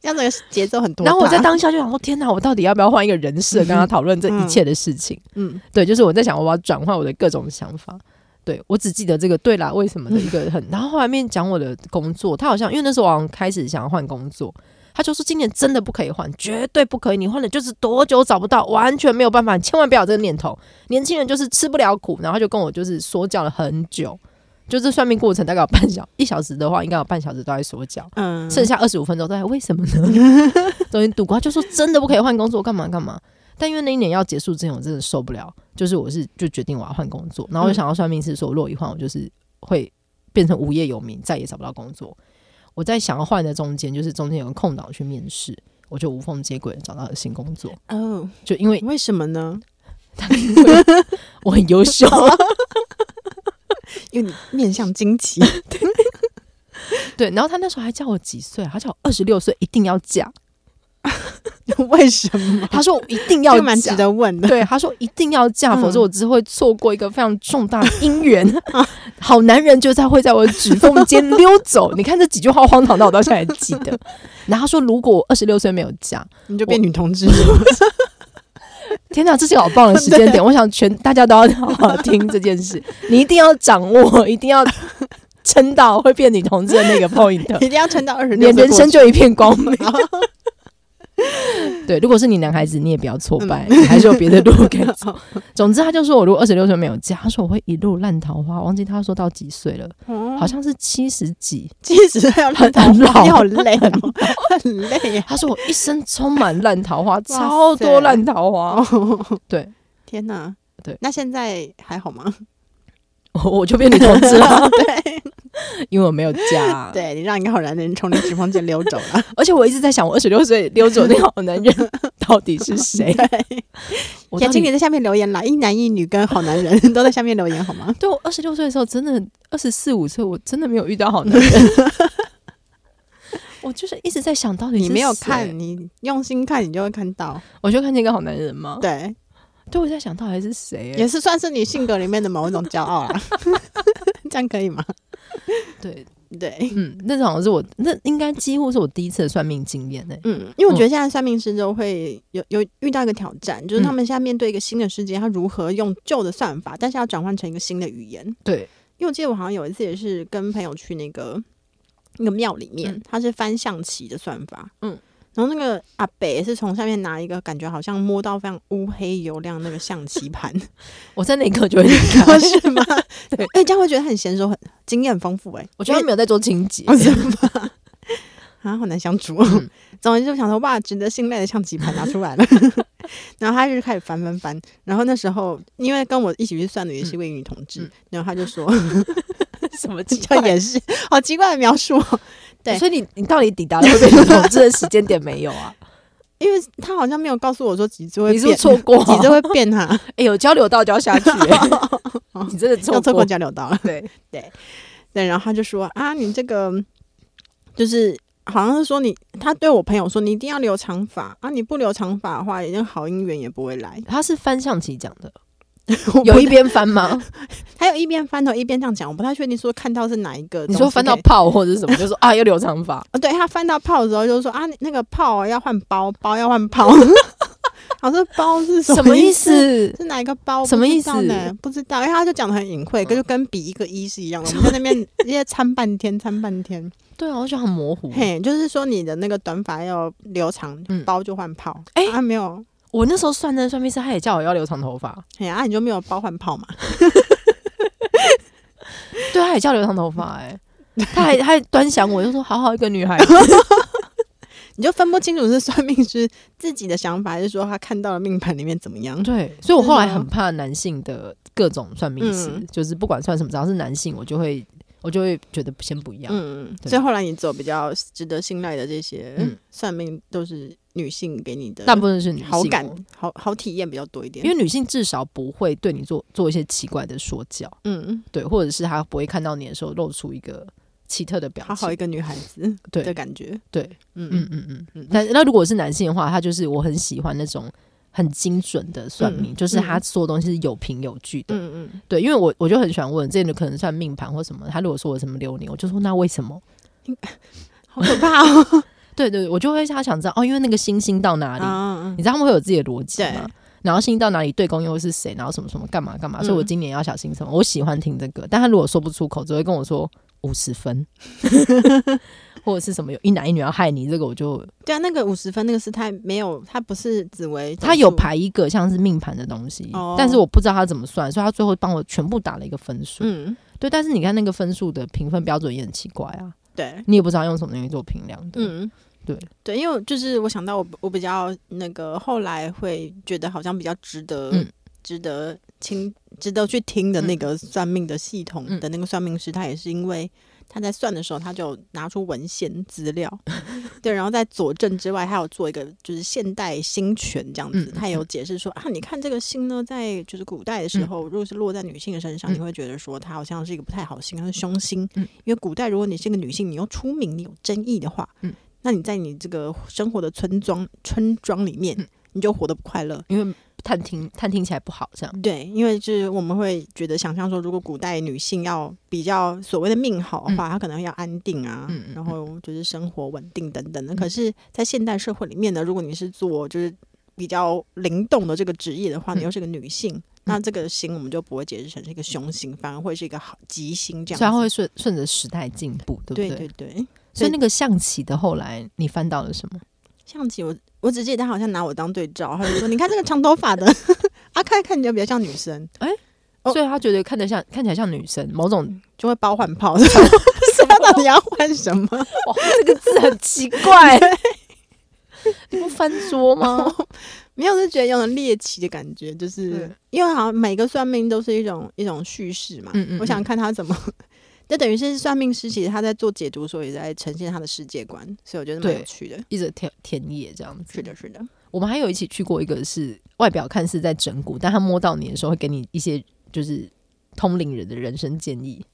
S3: 这样子的节奏很多。
S1: 然后我在，当下就想说，天哪，我到底要不要换一个人 设跟他讨论这一切的事情？
S3: 嗯，
S1: 对，就是我在想，我要转换我的各种想法。对我只记得这个对啦，为什么的一 个很。然后后来面讲我的工作，他好像因为那时候我好像开始想要换工作，他就说今年真的不可以换，绝对不可以，你换了就是多久找不到，完全没有办法，你千万不要有这个念头。年轻人就是吃不了苦，然后就跟我就是说教了很久。就这算命过程大概有半小一小时的话，应该有半小时都在说教。
S3: 嗯，
S1: 剩下二十五分钟，对，为什么呢？ 终于度过，他就说真的不可以换工作，干嘛干嘛。但因为那一年要结束之前，我真的受不了，就是我是就决定我要换工
S3: 嗯
S1: 作，然后我就想要算命师说，如果一换，我就是会变成无业游民，再也找不到工作。我在想要换的中间，就是中间有个空档去面试，我就无缝接轨地找到了新工作，
S3: 哦，
S1: 就因为
S3: 为什么呢？
S1: 我很 优秀，
S3: 因为你面向惊 奇，
S1: 对。然后他那时候还叫我几岁啊，他叫我二十六岁一定要嫁，
S3: 为什么？
S1: 他说我一
S3: 这
S1: 定要
S3: 个蛮值
S1: 嫁。
S3: 得问的。
S1: 对，他说一定要嫁，
S3: 嗯
S1: 否则我只会错过一个非常重大的姻 缘。好男人就在会在我的指缝间溜走。你看这几句话荒唐到我到现在还记得。 然后他说，如果我二十六岁没有嫁，
S3: 你就变女同志了，
S1: 天哪，这是个好棒的时间点！我想全大家都要好好听这 件事，你一定要掌握，一定要撑到会变女同志的那个 point，
S3: 一定要撑到二十
S1: 你
S3: 六
S1: 的
S3: 岁
S1: 人
S3: 过
S1: 生
S3: 去
S1: 就一片光明。对，如果是你男孩子，你也不要挫败，
S3: 嗯
S1: 你还是有别的路可以走。
S3: 哦
S1: 总之，他就说我如果二十六岁没有嫁，他说我会一路烂桃花，忘记他说到几岁了，
S3: 哦
S1: 好像是七十几。
S3: 七十岁要烂桃
S1: 很
S3: 花，
S1: 老
S3: 你好累哦，很累啊！
S1: 他说我一生充满烂桃花，
S3: 塞哦
S1: 超多烂桃花。对，
S3: 天哪，
S1: 对
S3: 那现在还好吗？
S1: 我我就变女同志 了，对，因为我没有嫁，，
S3: 对你让一个好男人从你指缝间溜走 了，
S1: 而且我一直在想，我二十六岁溜走那个好男人到底 是谁？我
S3: 也
S1: 到
S3: 请你
S1: 底
S3: 在下面留言啦，一男一女跟好男人 都在下面留言好吗？
S1: 对我二十六岁的时候，真的二十四五岁，我真的没有遇到好 男人。我就是一直在想到底是
S3: 你没有
S1: 谁
S3: 看，，你用心看，你就会看到。
S1: 我就看见一个好男人吗？
S3: 对，
S1: 对，我在想到底是谁、
S3: 也是算是你性格里面的某一种骄傲啦。 这样可以吗？
S1: 对，
S3: 对，
S1: 嗯，那好像是我，那应该几乎是我第一次的算命经验呢、欸
S3: 嗯，因为我觉得现在算命师都会有有遇到一个挑战，就是他
S1: 嗯
S3: 们现在面对一个新的世界，他如何用旧的算法，但是要转换成一个新的语言。
S1: 对，
S3: 因为我记得我好像有一次也是跟朋友去那个那个庙里面
S1: 嗯，
S3: 他、是翻象棋的算法，
S1: 嗯
S3: 嗯，然后那个阿北也是从下面拿一个感觉好像摸到非常乌黑油亮那个象棋 盘，
S1: 我在那一刻就会离开，
S3: 不 是吗？
S1: 对
S3: 哎、这样会觉得他很娴熟，很经验很丰富、哎，
S1: 我觉得他没有在做清洁。
S3: 为什么？ 啊，好难相处、哦。
S1: 嗯
S3: 总之就想说，哇，值得信赖的象棋盘拿出来 了。然后他就开始翻翻翻。然后那时候，因为跟我一起去算的也是一位女同志，
S1: 嗯
S3: 然后他就说，
S1: 什么
S3: 这也是好奇怪的描述、哦。对
S1: 所以你你到底抵达了会被女同志的时间点没有啊？
S3: 因为他好像没有告诉我说脊 椎会
S1: 你是不是
S3: 变，
S1: 错过？啊
S3: 脊椎会变啊哈、
S1: 哎、有交流道就要下 去、欸，你真的
S3: 又
S1: 错
S3: 错过交流道了。
S1: 对，
S3: 对，然后他就说啊，你这个就是好像是说你，他对我朋友说你一定要留长发啊，你不留长发的话，人家好姻缘也不会来。
S1: 他是翻象棋讲 的，
S3: 我
S1: 有
S3: 不
S1: 一边翻吗？
S3: 还有一边翻头一边这样讲，我不太确定说看到是哪一个东西可以。
S1: 你说翻到炮或者是什么，就说啊要留长 发，
S3: 哦，对他翻到炮的时候就说啊，那个炮要换 包，包要换炮。我说包是
S1: 什
S3: 么
S1: 么意？思？
S3: 是哪一个包？
S1: 什么意思嗯
S3: 不知道呢？不知道，因哎为他就讲的很隐晦，跟就跟比一个一是一样的。我们在那边一些参半天，参半天。
S1: 对啊，我觉得很模糊。
S3: 嘿，就是说你的那个短发要留长
S1: 嗯，
S3: 包就换泡。
S1: 哎
S3: 啊没有，
S1: 我那时候算那个算命师，他也叫我要留长头发，
S3: 嘿啊你就没有包换泡嘛？
S1: 对，他也叫留长头发、 欸，哎，他还他还端详我，就说好好一个女孩子，
S3: 你就分不清楚是算命师自己的想法，还是说他看到了命盘里面怎么样？
S1: 对，所以我后来很怕男性的各种算命师，
S3: 嗯
S1: 就是不管算什么，只要是男性，我就会我就会觉得先不一样。
S3: 嗯，
S1: 对
S3: 所以后来你走比较值得信赖的这些
S1: 嗯
S3: 算命，都是女性给你的
S1: 大部分是女性
S3: 好感
S1: 哦，
S3: 好好体验比较多一点。
S1: 因为女性至少不会对你做做一些奇怪的说教，
S3: 嗯，
S1: 对，或者是她不会看到你的时候露出一个奇特的表
S3: 好
S1: 情，
S3: 好一个女孩子
S1: 对
S3: 的感觉。
S1: 对，嗯
S3: 嗯
S1: 嗯嗯嗯
S3: 嗯。
S1: 但那如果是男性的话，他就是我很喜欢那种很精准的算命，
S3: 嗯
S1: 就是他说的东西是有凭有据的，
S3: 嗯嗯，
S1: 对，因为我我就很喜欢问，这个可能算命盘或什么，他如果说我什么流年，我就说那为什么？
S3: 好可怕哦！
S1: 对对，我就会他想知道哦，因为那个星星到哪里，
S3: 啊，
S1: 你知道他们会有自己的逻辑吗
S3: 对？
S1: 然后星星到哪里对宫又是谁，然后什么什么干嘛干嘛，
S3: 嗯
S1: 所以我今年要小心什么。我喜欢听这个，但他如果说不出口，只会跟我说五 十分，或者是什么有一男一女要害你，这个我就
S3: 对啊，那个五十分那个是太没有，它不是紫薇总数，
S1: 他有排一个像是命盘的东西，
S3: 哦
S1: 但是我不知道他怎么算，所以他最后帮我全部打了一个分数。
S3: 嗯，
S1: 对，但是你看那个分数的评分标准也很奇怪啊，
S3: 对，
S1: 你也不知道用什么东西做评量的。
S3: 嗯，
S1: 对
S3: 对，因为我就是我想到我我比较那个后来会觉得好像比较值得、
S1: 嗯
S3: 值得听值得去听的那个算命的系统
S1: 嗯
S3: 的那个算命师，他也是因为他他在算的时候，他就拿出文献资 料，对，然后在佐证之外，还有做一个就是现代新权这样子，
S1: 嗯嗯
S3: 他有解释说啊，你看这个星呢，在就是古代的时候，如果是落在女性的身上，
S1: 嗯
S3: 你会觉得说它好像是一个不太好星，它是凶星，
S1: 嗯
S3: 因为古代如果你是一个女性，你又出名，你有争议的话，
S1: 嗯
S3: 那你在你这个生活的村庄村庄里面，
S1: 嗯
S3: 你就活得不快乐，
S1: 因为探听探听起来不好，这样
S3: 对，因为就是我们会觉得想象说，如果古代女性要比较所谓的命好的话，她可能要安定啊，
S1: 嗯嗯
S3: 然后就是生活稳定等等的。可是，在现代社会里面呢，如果你是做就是比较灵动的这个职业的话，
S1: 嗯
S3: 你又是个女性，那这个星我们就不会解释成是一个凶星，反而会是一个好吉星这
S1: 所以它
S3: 样子。
S1: 会顺顺着时代进步，对不
S3: 对
S1: 对？
S3: 对对，
S1: 所以那个象棋的后来你翻到了什么？
S3: 象棋我我只记得他好像拿我当对照，他就说：“你看这个长头发的 阿开，看起来比较像女生，哦
S1: 所以他觉得看得像看起来像女生，某种
S3: 就会包换炮。” 他到底要换什么？
S1: 哇，这个字很奇怪，你不翻桌吗？
S3: 没有，就觉得有种猎奇的感觉，就是
S1: 对
S3: 因为好像每个算命都是一种一种叙事嘛。
S1: 嗯嗯嗯
S3: 我想看他怎么，就等于是算命师其实他在做解读的时候，也在呈现他的世界观，所以我觉得蛮有
S1: 对嗯
S3: 趣的。
S1: 一直田田野这样子，
S3: 是的，是的，
S1: 我们还有一起去过一个是外表看似在整蛊，但他摸到你的时候会给你一些就是通灵人的人生建议。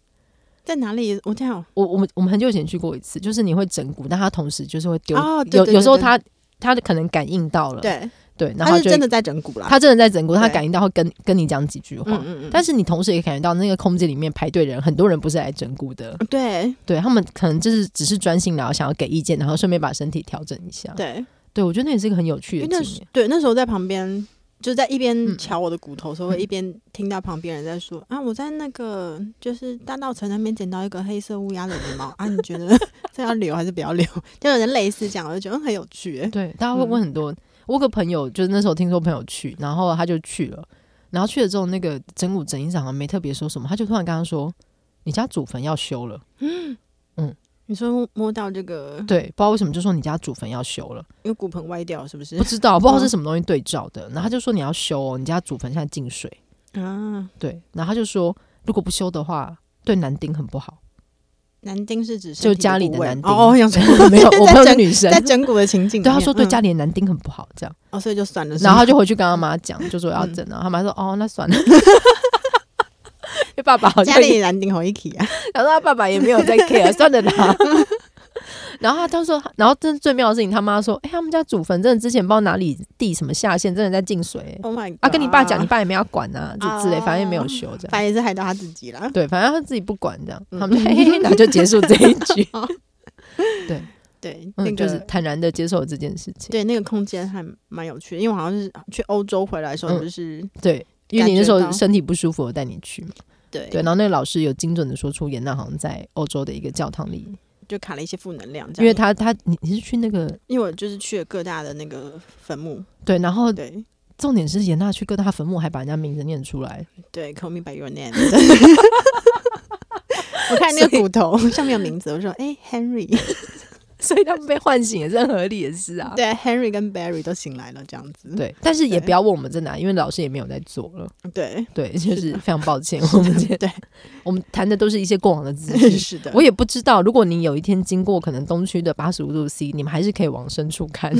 S3: 在哪里？我这样
S1: 我我们我们很久以前去过一次，就是你会整蛊，但他同时就是会丢、
S3: 哦对对对
S1: 有有时候
S3: 对
S1: 他他可能感应到了，
S3: 对，
S1: 对，嗯然后
S3: 他
S1: 他
S3: 是
S1: 就会
S3: 真的在整蛊啦。
S1: 他真的在整蛊，他
S3: 对
S1: 感应到会跟跟你讲几句话。
S3: 嗯嗯嗯，
S1: 但是你同时也感觉到那个空间里面排队人，很多人不是来整蛊的，
S3: 对
S1: 对他们可能就是只是专心，然后想要给意见，然后顺便把身体调整一下。
S3: 对，
S1: 对，我觉得那也是一个很有趣
S3: 因为
S1: 的
S3: 那
S1: 经
S3: 时
S1: 验。
S3: 对那时候在旁边。就是在一边
S1: 嗯
S3: 瞧我的骨头的时候，会一边听到旁边人在说：“啊，我在那个就是大稻城那边捡到一个黑色乌鸦的羽毛啊，你觉 得这要留还是不要留？”就有人类似这样，我就觉得嗯很有趣耶。
S1: 对，大家会问很多。我有个朋友，就是那时候听说朋友去，然后他就去了，然后去了之后，那个整蛊整衣长好像没特别说什么，他就突然跟他说：“你家祖坟要修了。
S3: 你说摸到这个”，
S1: 对，不知道为什么就说你家祖坟要修了，
S3: 因为骨盆歪掉是不是
S1: 不 知道不知道是什么东西对照的，然后他就说你要修哦，你家祖坟现在进水。
S3: 啊？
S1: 对，然后他就说，如果不修的话，对男丁很不好。
S3: 男丁是指身
S1: 就
S3: 体
S1: 家里
S3: 部
S1: 的
S3: 位
S1: 男丁
S3: 哦，我想说
S1: 没有，我
S3: 在
S1: 朋友是
S3: 整
S1: 女生
S3: 在。整蛊的情境里面，
S1: 对，他说对
S3: 嗯
S1: 家里的男丁很不好，这样，
S3: 哦，所以就算了。
S1: 然后他
S3: 就
S1: 就回去跟他妈讲，就说要整，然后他妈说哦，那算了。因为 爸爸好像
S3: 家里男丁好一起 啊，
S1: 然后他爸爸也没有 在 care，算了啦。然后他他说，然后真最妙的事情，他妈说，哎、他们家祖坟真的之前不知道哪里地什么下线，真的在进水、
S3: Oh my god！
S1: 啊，跟你爸讲，你爸也没有要管啊，这之类，反正也没有
S3: 哦
S1: 修这样。
S3: 反正也是害到他自己啦。
S1: 对，反正他自己不管这样，
S3: 嗯
S1: 他们就嘿嘿嘿，那就结束这一局。
S3: 对， 那
S1: 嗯，
S3: 个
S1: 就是坦然的接受这件事情。
S3: 对，那个空间还蛮有趣的，因为我好像是去欧洲回来的时候，
S1: 嗯
S3: 就是、
S1: 对，因为
S3: 感觉
S1: 你那时候
S3: 到
S1: 身体不舒服，我带你去嘛。
S3: 对
S1: 对，然后那个老师有精准的说出严娜好像在欧洲的一个教堂里，
S3: 就卡了一些负能量这样。
S1: 因为他他你你是去那个
S3: 因为我就是去了各大的那个坟墓，
S1: 对，然后
S3: 对
S1: 重点是严娜去各大坟墓还把人家名字念出来，
S3: 对，Call me by your name 我看那个骨 头上面有名字，我说哎、Henry，
S1: 所以他们被唤醒也是很合理的事啊。
S3: 对，Henry 跟 Barry 都醒来了，这样子。
S1: 对，但是也
S3: 对
S1: 不要问我们在哪，因为老师也没有在做了。
S3: 对
S1: 对，就是非常抱歉， 我们今天
S3: 对，
S1: 我们谈的都是一些过往的资
S3: 对，
S1: 讯。
S3: 是的，
S1: 我也不知道，如果你有一天经过可能东区的八十五度 C，你们还是可以往深处 看。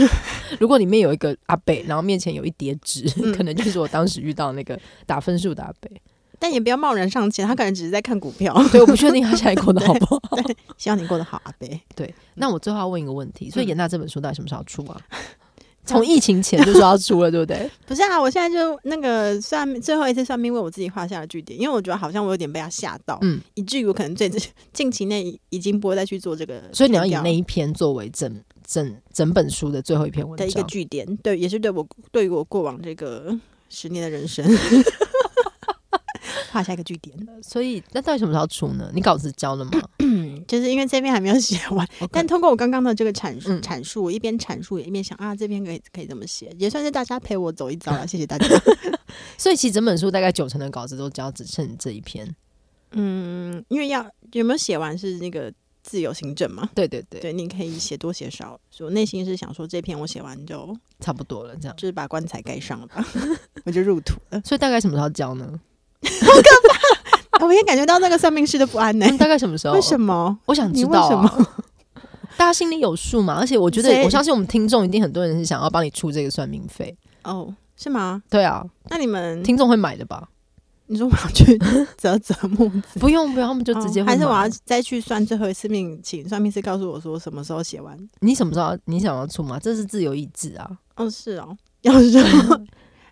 S1: 如果里面有一个阿北，然后面前有一叠纸，
S3: 嗯
S1: 可能就是我当时遇到那个打分数的阿 北。
S3: 但也不要贸然上前，他可能只是在看股票。
S1: 对，我不确定他现在过得好不好。
S3: 希望你过得好，阿贝。
S1: 对，那我最后要问一个问题，所以
S3: 嗯
S1: 严大这本书到底什么时候出 啊？从疫情前就说要出了，对不对？
S3: 不是啊，我现在就那个算命最后一次算命，为我自己画下了句点，因为我觉得好像我有点被他吓到，
S1: 嗯，
S3: 以至于我可能最近期内已经不会再去做这个，
S1: 所以你要以那一篇作为整整整本书的最后一篇文
S3: 的一个
S1: 章。
S3: 据点，对，也是对我对于我过往这个十年的人生 画下一个据点。
S1: 所以那到底什么时候出呢？你稿子交了吗？
S3: 嗯，就是因为这篇还没有写完，
S1: OK
S3: 但通过我刚刚的这个阐述
S1: 嗯
S3: 阐述，我一边阐述也一边想啊，这篇可以可以怎么写，也算是大家陪我走一 遭了，谢谢大家。
S1: 所以其实整本书大概九成的稿子都交，只剩这一篇。
S3: 嗯，因为要有没有写完是那个自由行政嘛。
S1: 对对对，
S3: 对，你可以写多写少。所以我内心是想说，这篇我写完就
S1: 差不多了，这样。
S3: 就是把棺 材盖上了吧，我就入土了。
S1: 所以大概什么时候交呢？
S3: 我也感觉到那个算命师的不安呢、
S1: 大概什么时候？
S3: 为什？么？
S1: 我想知
S3: 你为
S1: 道、啊、
S3: 什么？
S1: 大家心里有数嘛？而且我觉得，
S3: 谁
S1: 我相信我们听众一定很多人是想要帮你出这个算命费。
S3: 哦，是吗？
S1: 对啊，
S3: 那你们，
S1: 听众会买的吧？
S3: 你说我要去 折折木子，
S1: 不用不用，他 们就直接
S3: 哦
S1: 会买、
S3: 还是我要再去算最后一次命，请算命师告诉我说什么时候写完？
S1: 你什么时候你想要出嘛？这是自由意志啊！
S3: 哦，是哦， 要是哦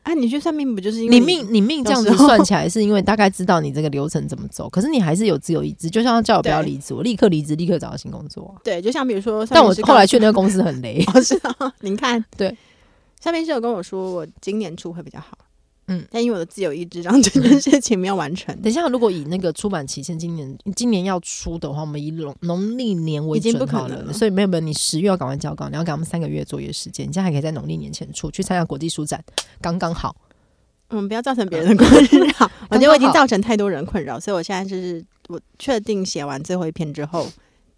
S3: 啊，你去算命不就是因为
S1: 嗯你命你命这样子
S3: 有时候
S1: 算起来，是因为大概知道你这个流程怎么走，可是你还是有自由意志。就像他叫我不要
S3: 对
S1: 离职，我立刻离职，立刻找到新工作啊、
S3: 对，就像比如说，
S1: 但我
S3: 算命师告诉，
S1: 后来去那个公司很雷
S3: 哦，是啊，您看，
S1: 对，
S3: 上面是有跟我说我今年初会比较好，
S1: 嗯，
S3: 但因为我的自由意志，让这件事情没有完成，
S1: 等一下，如果以那个出版期限，今年今年要出的话，我们以农农历年为
S3: 已经
S1: 准
S3: 不可
S1: 好
S3: 能
S1: 了，
S3: 了
S1: 所以没有没有，你十月要赶快交稿，你要给他们三个月作业时间，你现在还可以在农历年前出去参加国际书展，刚刚好。
S3: 我们不要造成别人的困 扰。我觉得我已经
S1: 好
S3: 造成太多人困扰，所以我现在就是我确定写完最后一篇之后，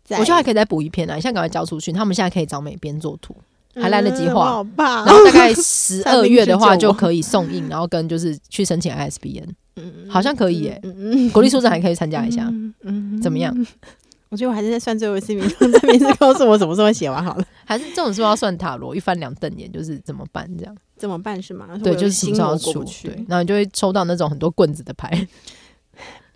S3: 再
S1: 我觉得还可以再补一篇啊，你现在赶快交出去，他们现在可以找美编做图，还来得及
S3: 嗯
S1: 画
S3: 我好棒
S1: 然后大概十
S3: 三
S1: 二
S3: 明
S1: 月
S3: 治
S1: 的话
S3: 救
S1: 就
S3: 我
S1: 可以送印，然后跟就是去申请 ISBN，
S3: 嗯
S1: 好像可以耶
S3: 嗯嗯嗯
S1: 国立书展还可以参加一下。
S3: 嗯嗯
S1: 怎么样？
S3: 我觉得我还是在算最后一次名，这边是告诉我什么时候写完好了。
S1: 还是这种是不是要算塔罗，一翻两瞪眼，就是怎么办这样？
S3: 怎么办是吗？我
S1: 对，
S3: 有
S1: 就是什么
S3: 心
S1: 时候要
S3: 魔过
S1: 出
S3: 不，去
S1: 对，然后你就会抽到那种很多棍子的牌，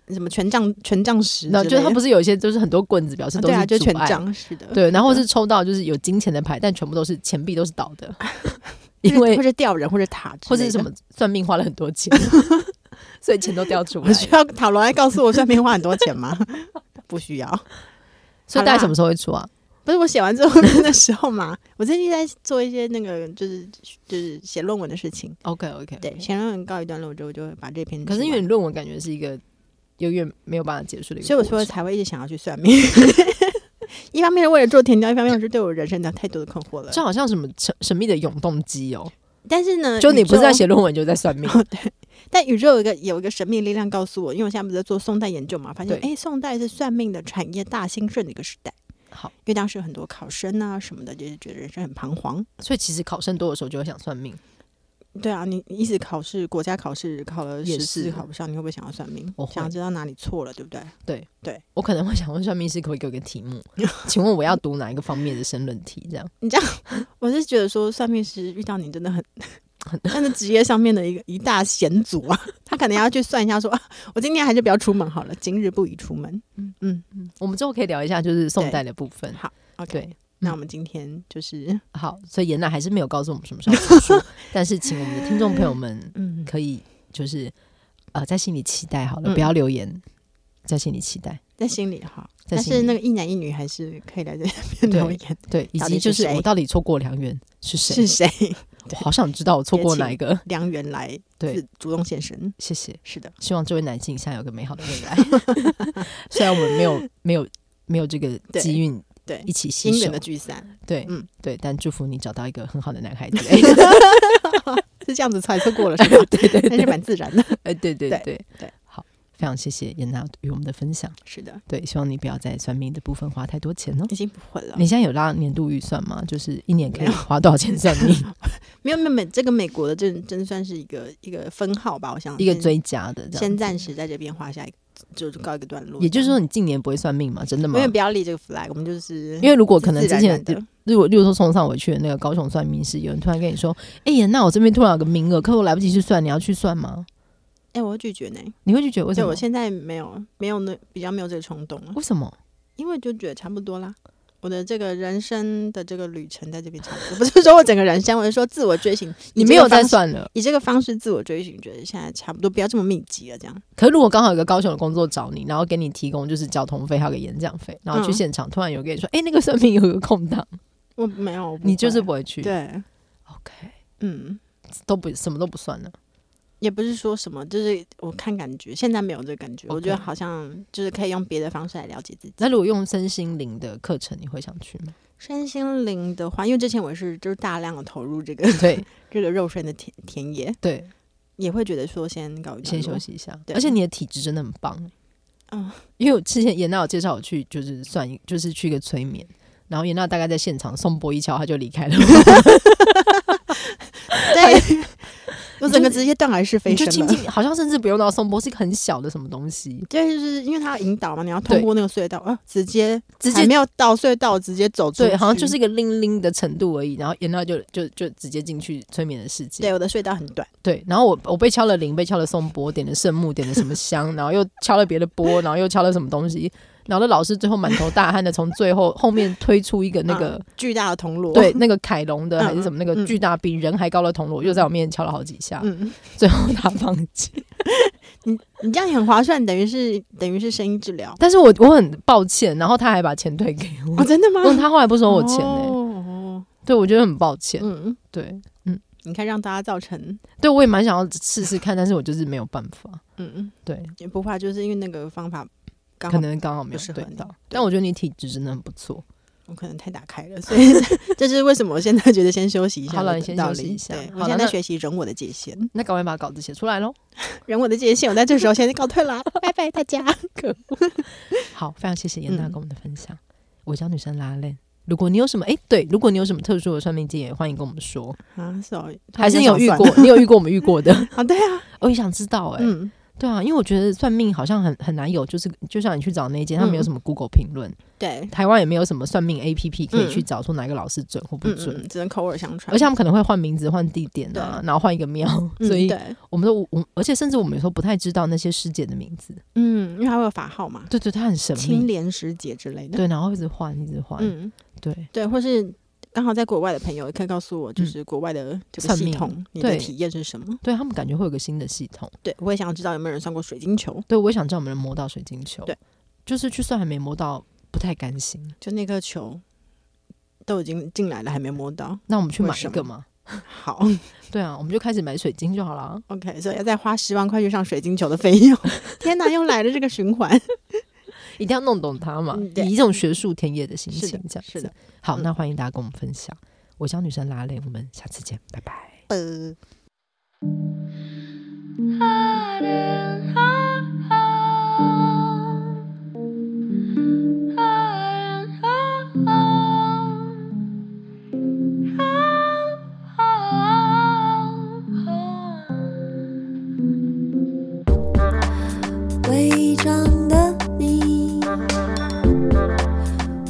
S3: 什么权杖权杖十之类
S1: 那
S3: 的，
S1: 就是它不是有一些就是很多棍子表示
S3: 啊
S1: 都
S3: 对
S1: 是、
S3: 啊，就权。杖是的，
S1: 对，然后是抽到就是有金钱的牌，但全部都是钱币都是 倒的，
S3: 或者，
S1: 因为
S3: 或者吊人或者塔之
S1: 或者
S3: 类
S1: 是什
S3: 的
S1: 么算命花了很多钱，所以钱都掉出来
S3: 我。需要塔罗来告诉我算命花很多钱吗？ 不需要，
S1: 所以大概什么时候会出啊？
S3: 不是我写完最后一篇的时候嘛， 我最近在做一些那个就是就是写论文的事情。
S1: OK OK，
S3: 对，写论文告一段落之后，我就会把这篇。
S1: 可是因为你，论文感觉是一个永远没有办法结束的一个
S3: 所以我
S1: 过程，
S3: 说才会一直想要去算 命。一方面是为了做填调，一方面是对我人生的太多的困惑了。
S1: 就好像什么神神秘的永动机哦，
S3: 但是呢，
S1: 就你
S3: 宇
S1: 不是
S3: 宙
S1: 在写论文，就在 算命。
S3: 但宇宙有一个有一个神秘力量告诉我，因为我现在不是在做宋代研究嘛，发现
S1: 对
S3: 哎，宋代是算命的产业大兴盛的一个时代。
S1: 好，
S3: 因为当时有很多考生啊什么的，就是觉得人生很彷徨。
S1: 所以其实考生多的时候就会想算命，
S3: 对啊，你一直考试，国家考试考了
S1: 也
S3: 十
S1: 是
S3: 次考不上，你会不会想要算命
S1: 我？会
S3: 想知道哪里错了，对不对？
S1: 我可能会想问算命师可不可以给我个题目， 请问我要读哪一个方面的申论题？这样。
S3: 我是觉得说算命师遇到你真的 很很，但是职业上面的一个一大险阻啊，他可能要去算一下说，啊，我今天还是不要出门好了，今日不宜出门。嗯嗯
S1: 我们之后可以聊一下就是宋代的部分。
S3: 好，OK。
S1: 对，
S3: 那我们今天就是
S1: 好，所以严娜还是没有告诉我们什么 时候出书，但是请我们的听众朋友们
S3: 嗯，
S1: 可以就是呃在心里期待好了，
S3: 嗯
S1: 不要留言，在心里期待。
S3: 在心里哈，
S1: 在
S3: 但
S1: 心
S3: 是
S1: 里
S3: 那个一男一女还是可以 来这边
S1: 对
S3: 留言，
S1: 对，以
S3: 到
S1: 及
S3: 底
S1: 就是是
S3: 谁
S1: 我到底错过良缘是谁
S3: 是？谁？
S1: 我好想知道我错过
S3: 也请
S1: 哪一个。
S3: 梁元来
S1: 对
S3: 自，主动现身，
S1: 谢谢，
S3: 是的，
S1: 希望这位男性现在有个美好的未来。 虽然我们没有没有没有这个
S3: 对
S1: 机运
S3: 对
S1: 一起携
S3: 姻
S1: 手
S3: 缘的，聚散
S1: 对，
S3: 嗯
S1: 对，但祝福你找到一个很好的男孩子。
S3: 是这样子猜测 过了，是吧？对对但是蛮自然的，
S1: 哎，对对
S3: 对
S1: 对
S3: 对，
S1: 好，非常谢谢严娜与我们的分享。
S3: 是的，
S1: 对，希望你不要在算命的部分花太多钱哦。
S3: 已经不会了
S1: 你。现在有拉年度预算吗？就是一年可以花多少钱算 命？
S3: 没有没有没有，这个美国的真真算是一个一个分号吧，我想
S1: 一个
S3: 先
S1: 追加的这
S3: 嗯
S1: 样
S3: 先
S1: 子。
S3: 暂时在这边画下一个，就是告一个段落。
S1: 也就是说，你近年不会算命吗？真的
S3: 我
S1: 吗
S3: 们？也不要立这个 flag，我们就是
S1: 因为如果可能
S3: 自
S1: 之
S3: 然
S1: 前，
S3: 的
S1: 如果例如说从上回去的那个高雄算命师，有人突然跟你说：“哎、严娜，我这边突然有个名额，可我来不及去算，你要去算吗
S3: 哎，我会拒绝呢，？”
S1: 你会去觉得为什
S3: 对
S1: 么
S3: 我？现在没有没有那比较没有这个冲动了。
S1: 为什么？
S3: 因为就觉得差不多啦。我的这个人生的这个旅程在这边差不多，不是说我整个人生，我是说自我追 寻。
S1: 你
S3: 以这个
S1: 没有在
S3: 方式，
S1: 算了。
S3: 以这个方式自我追寻，觉得现在差不多，不要这么密集了。这样，
S1: 可是如果刚好有个高雄的工作找你，然后给你提供就是交通费还有个演讲费，然后去
S3: 嗯
S1: 现场，突然有跟你说：“哎、那个算命有个 空档，
S3: 我没有，我不
S1: 你就是
S3: 会
S1: 不会去。
S3: 对，
S1: ”OK，
S3: 嗯，
S1: 都不什么都不算了。
S3: 也不是说什么，就是我看感觉，现在没有这个感觉。我觉得
S1: OK
S3: 好像就是可以用别的方式来了解自己。
S1: 那如果用身心灵的课程，你会想去吗？
S3: 身心灵的话，因为之前我也是就是大量的投入这个
S1: 对
S3: 这个肉身的田田野，
S1: 对，
S3: 也会觉得说先搞一段
S1: 先休
S3: 落。
S1: 息一下。
S3: 对
S1: 而且你的体质真的很棒。
S3: 嗯，
S1: 因为我之前严娜有介绍我去，就是算一，就是去一个催眠，然后严娜大概在现场送波一敲，她就离开了。
S3: 对，我 我整个直接断崖式
S1: 你
S3: 飞
S1: 就
S3: 升
S1: 轻
S3: 了。
S1: 轻，好像甚至不用到松波，是一个很小的什么东西，
S3: 对，就是因为它要引导嘛，你要通过那个隧道啊，直接
S1: 直
S3: 还
S1: 接
S3: 没有到隧道，直接走出去。
S1: 对，好像就是一个零零的程度而已，然后演到就就就直接进去催眠的世界。
S3: 对我的隧道很短，
S1: 对，然后我我被敲了铃，被敲了松柏，点了圣木，点了什么香， 然后又敲了别的波，然后又敲了什么东西，然后那老师最后满头大汗的从最后后面推出一个那个、
S3: 啊巨大的铜锣，
S1: 对那个凯龙的还是什么
S3: 嗯
S1: 那个
S3: 嗯
S1: 巨大比人还高的铜锣，又在我面前敲了好几下，
S3: 嗯，
S1: 最后他放弃。
S3: 你这样也很划算，等于是等于是声音治疗
S1: 但是我我很抱歉，然后他还把钱退给 我
S3: 哦，，真的吗？
S1: 嗯，他后来不收我钱呢、
S3: 哦，
S1: 对我觉得很抱歉，
S3: 嗯，
S1: 对
S3: 你看让大家造成，
S1: 对，我也蛮想要试试看，但是我就是没有办法，
S3: 嗯，
S1: 对，
S3: 也不怕，就是因为那个方法刚好
S1: 可能刚好没
S3: 不适
S1: 有
S3: 合
S1: 对
S3: 你
S1: 到
S3: 对，
S1: 但我觉得你体质真的很不错。
S3: 我可能太打开了，所以 这是为什么我现在觉得先休息一下的
S1: 好了
S3: 道理。
S1: 你先休息一下
S3: 对，
S1: 好
S3: 我
S1: 了
S3: 现在在
S1: 那
S3: 学习人我的界限，
S1: 那赶快把稿子写出来喽。
S3: 人我的界限，我在这时候先告退了， 拜拜大 家。
S1: 好，非常谢谢严
S3: 嗯
S1: 大跟我们的分享。我教女生拉链。如果你有什么哎、对，如果你有什么特殊的算命经验，欢迎跟我们说。
S3: 啊，sorry，
S1: 还是你有遇
S3: 突
S1: 过，你有遇过我们遇过的，
S3: 然间想算啊？对啊，
S1: 我也想知道哎、
S3: 嗯，
S1: 对啊，因为我觉得算命好像很很难有，就是就像你去找那一间，他没有
S3: 嗯
S1: 什么 Google 评论，
S3: 对，
S1: 台湾也没有什么算命 A P P 可以
S3: 嗯
S1: 去找出哪个老师准或不
S3: 嗯
S1: 准，
S3: 嗯，只能口耳相传，
S1: 而且他们可能会换名字、换地点啊，然后换一个庙，
S3: 嗯
S1: 所以
S3: 对，
S1: 我们都我而且甚至我们有时候不太知道那些师姐的名字。
S3: 嗯，因为它会有法号嘛，
S1: 对对，他很神
S3: 青
S1: 秘，
S3: 莲时节之类的，
S1: 对，然后一直换，一直换，
S3: 嗯，
S1: 对。
S3: 对，或是。刚好在国外的朋友也可以告诉我，就是国外的这个
S1: 嗯算
S3: 系
S1: 命
S3: 统，你的
S1: 对
S3: 体验是什么？
S1: 对他们感觉会有个新的系统，
S3: 对，我也想要知道有没有人算过水晶球，
S1: 对我也想知道我们能摸到水晶球，
S3: 对，
S1: 就是就算还没摸到，不太甘心，
S3: 就那颗球都已经进来了，还没摸到。
S1: 那我们去
S3: 为
S1: 买
S3: 什
S1: 一个嘛，
S3: 好
S1: 对啊，我们就开始买水晶就好了。
S3: ，OK，所以要再花十万块去上水晶球的费 用。天哪，又来了这个循环。
S1: 一定要弄懂它嘛，
S3: 嗯对
S1: 以一种学术田野的心
S3: 是
S1: 情
S3: 的，
S1: 这样
S3: 是
S1: 子。
S3: 的
S1: 好，
S3: 嗯
S1: 那欢迎大家跟我们分享。我教女生拉链，我们下次见，拜拜。
S3: 呃
S2: 伪装的你，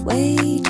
S2: 伪装。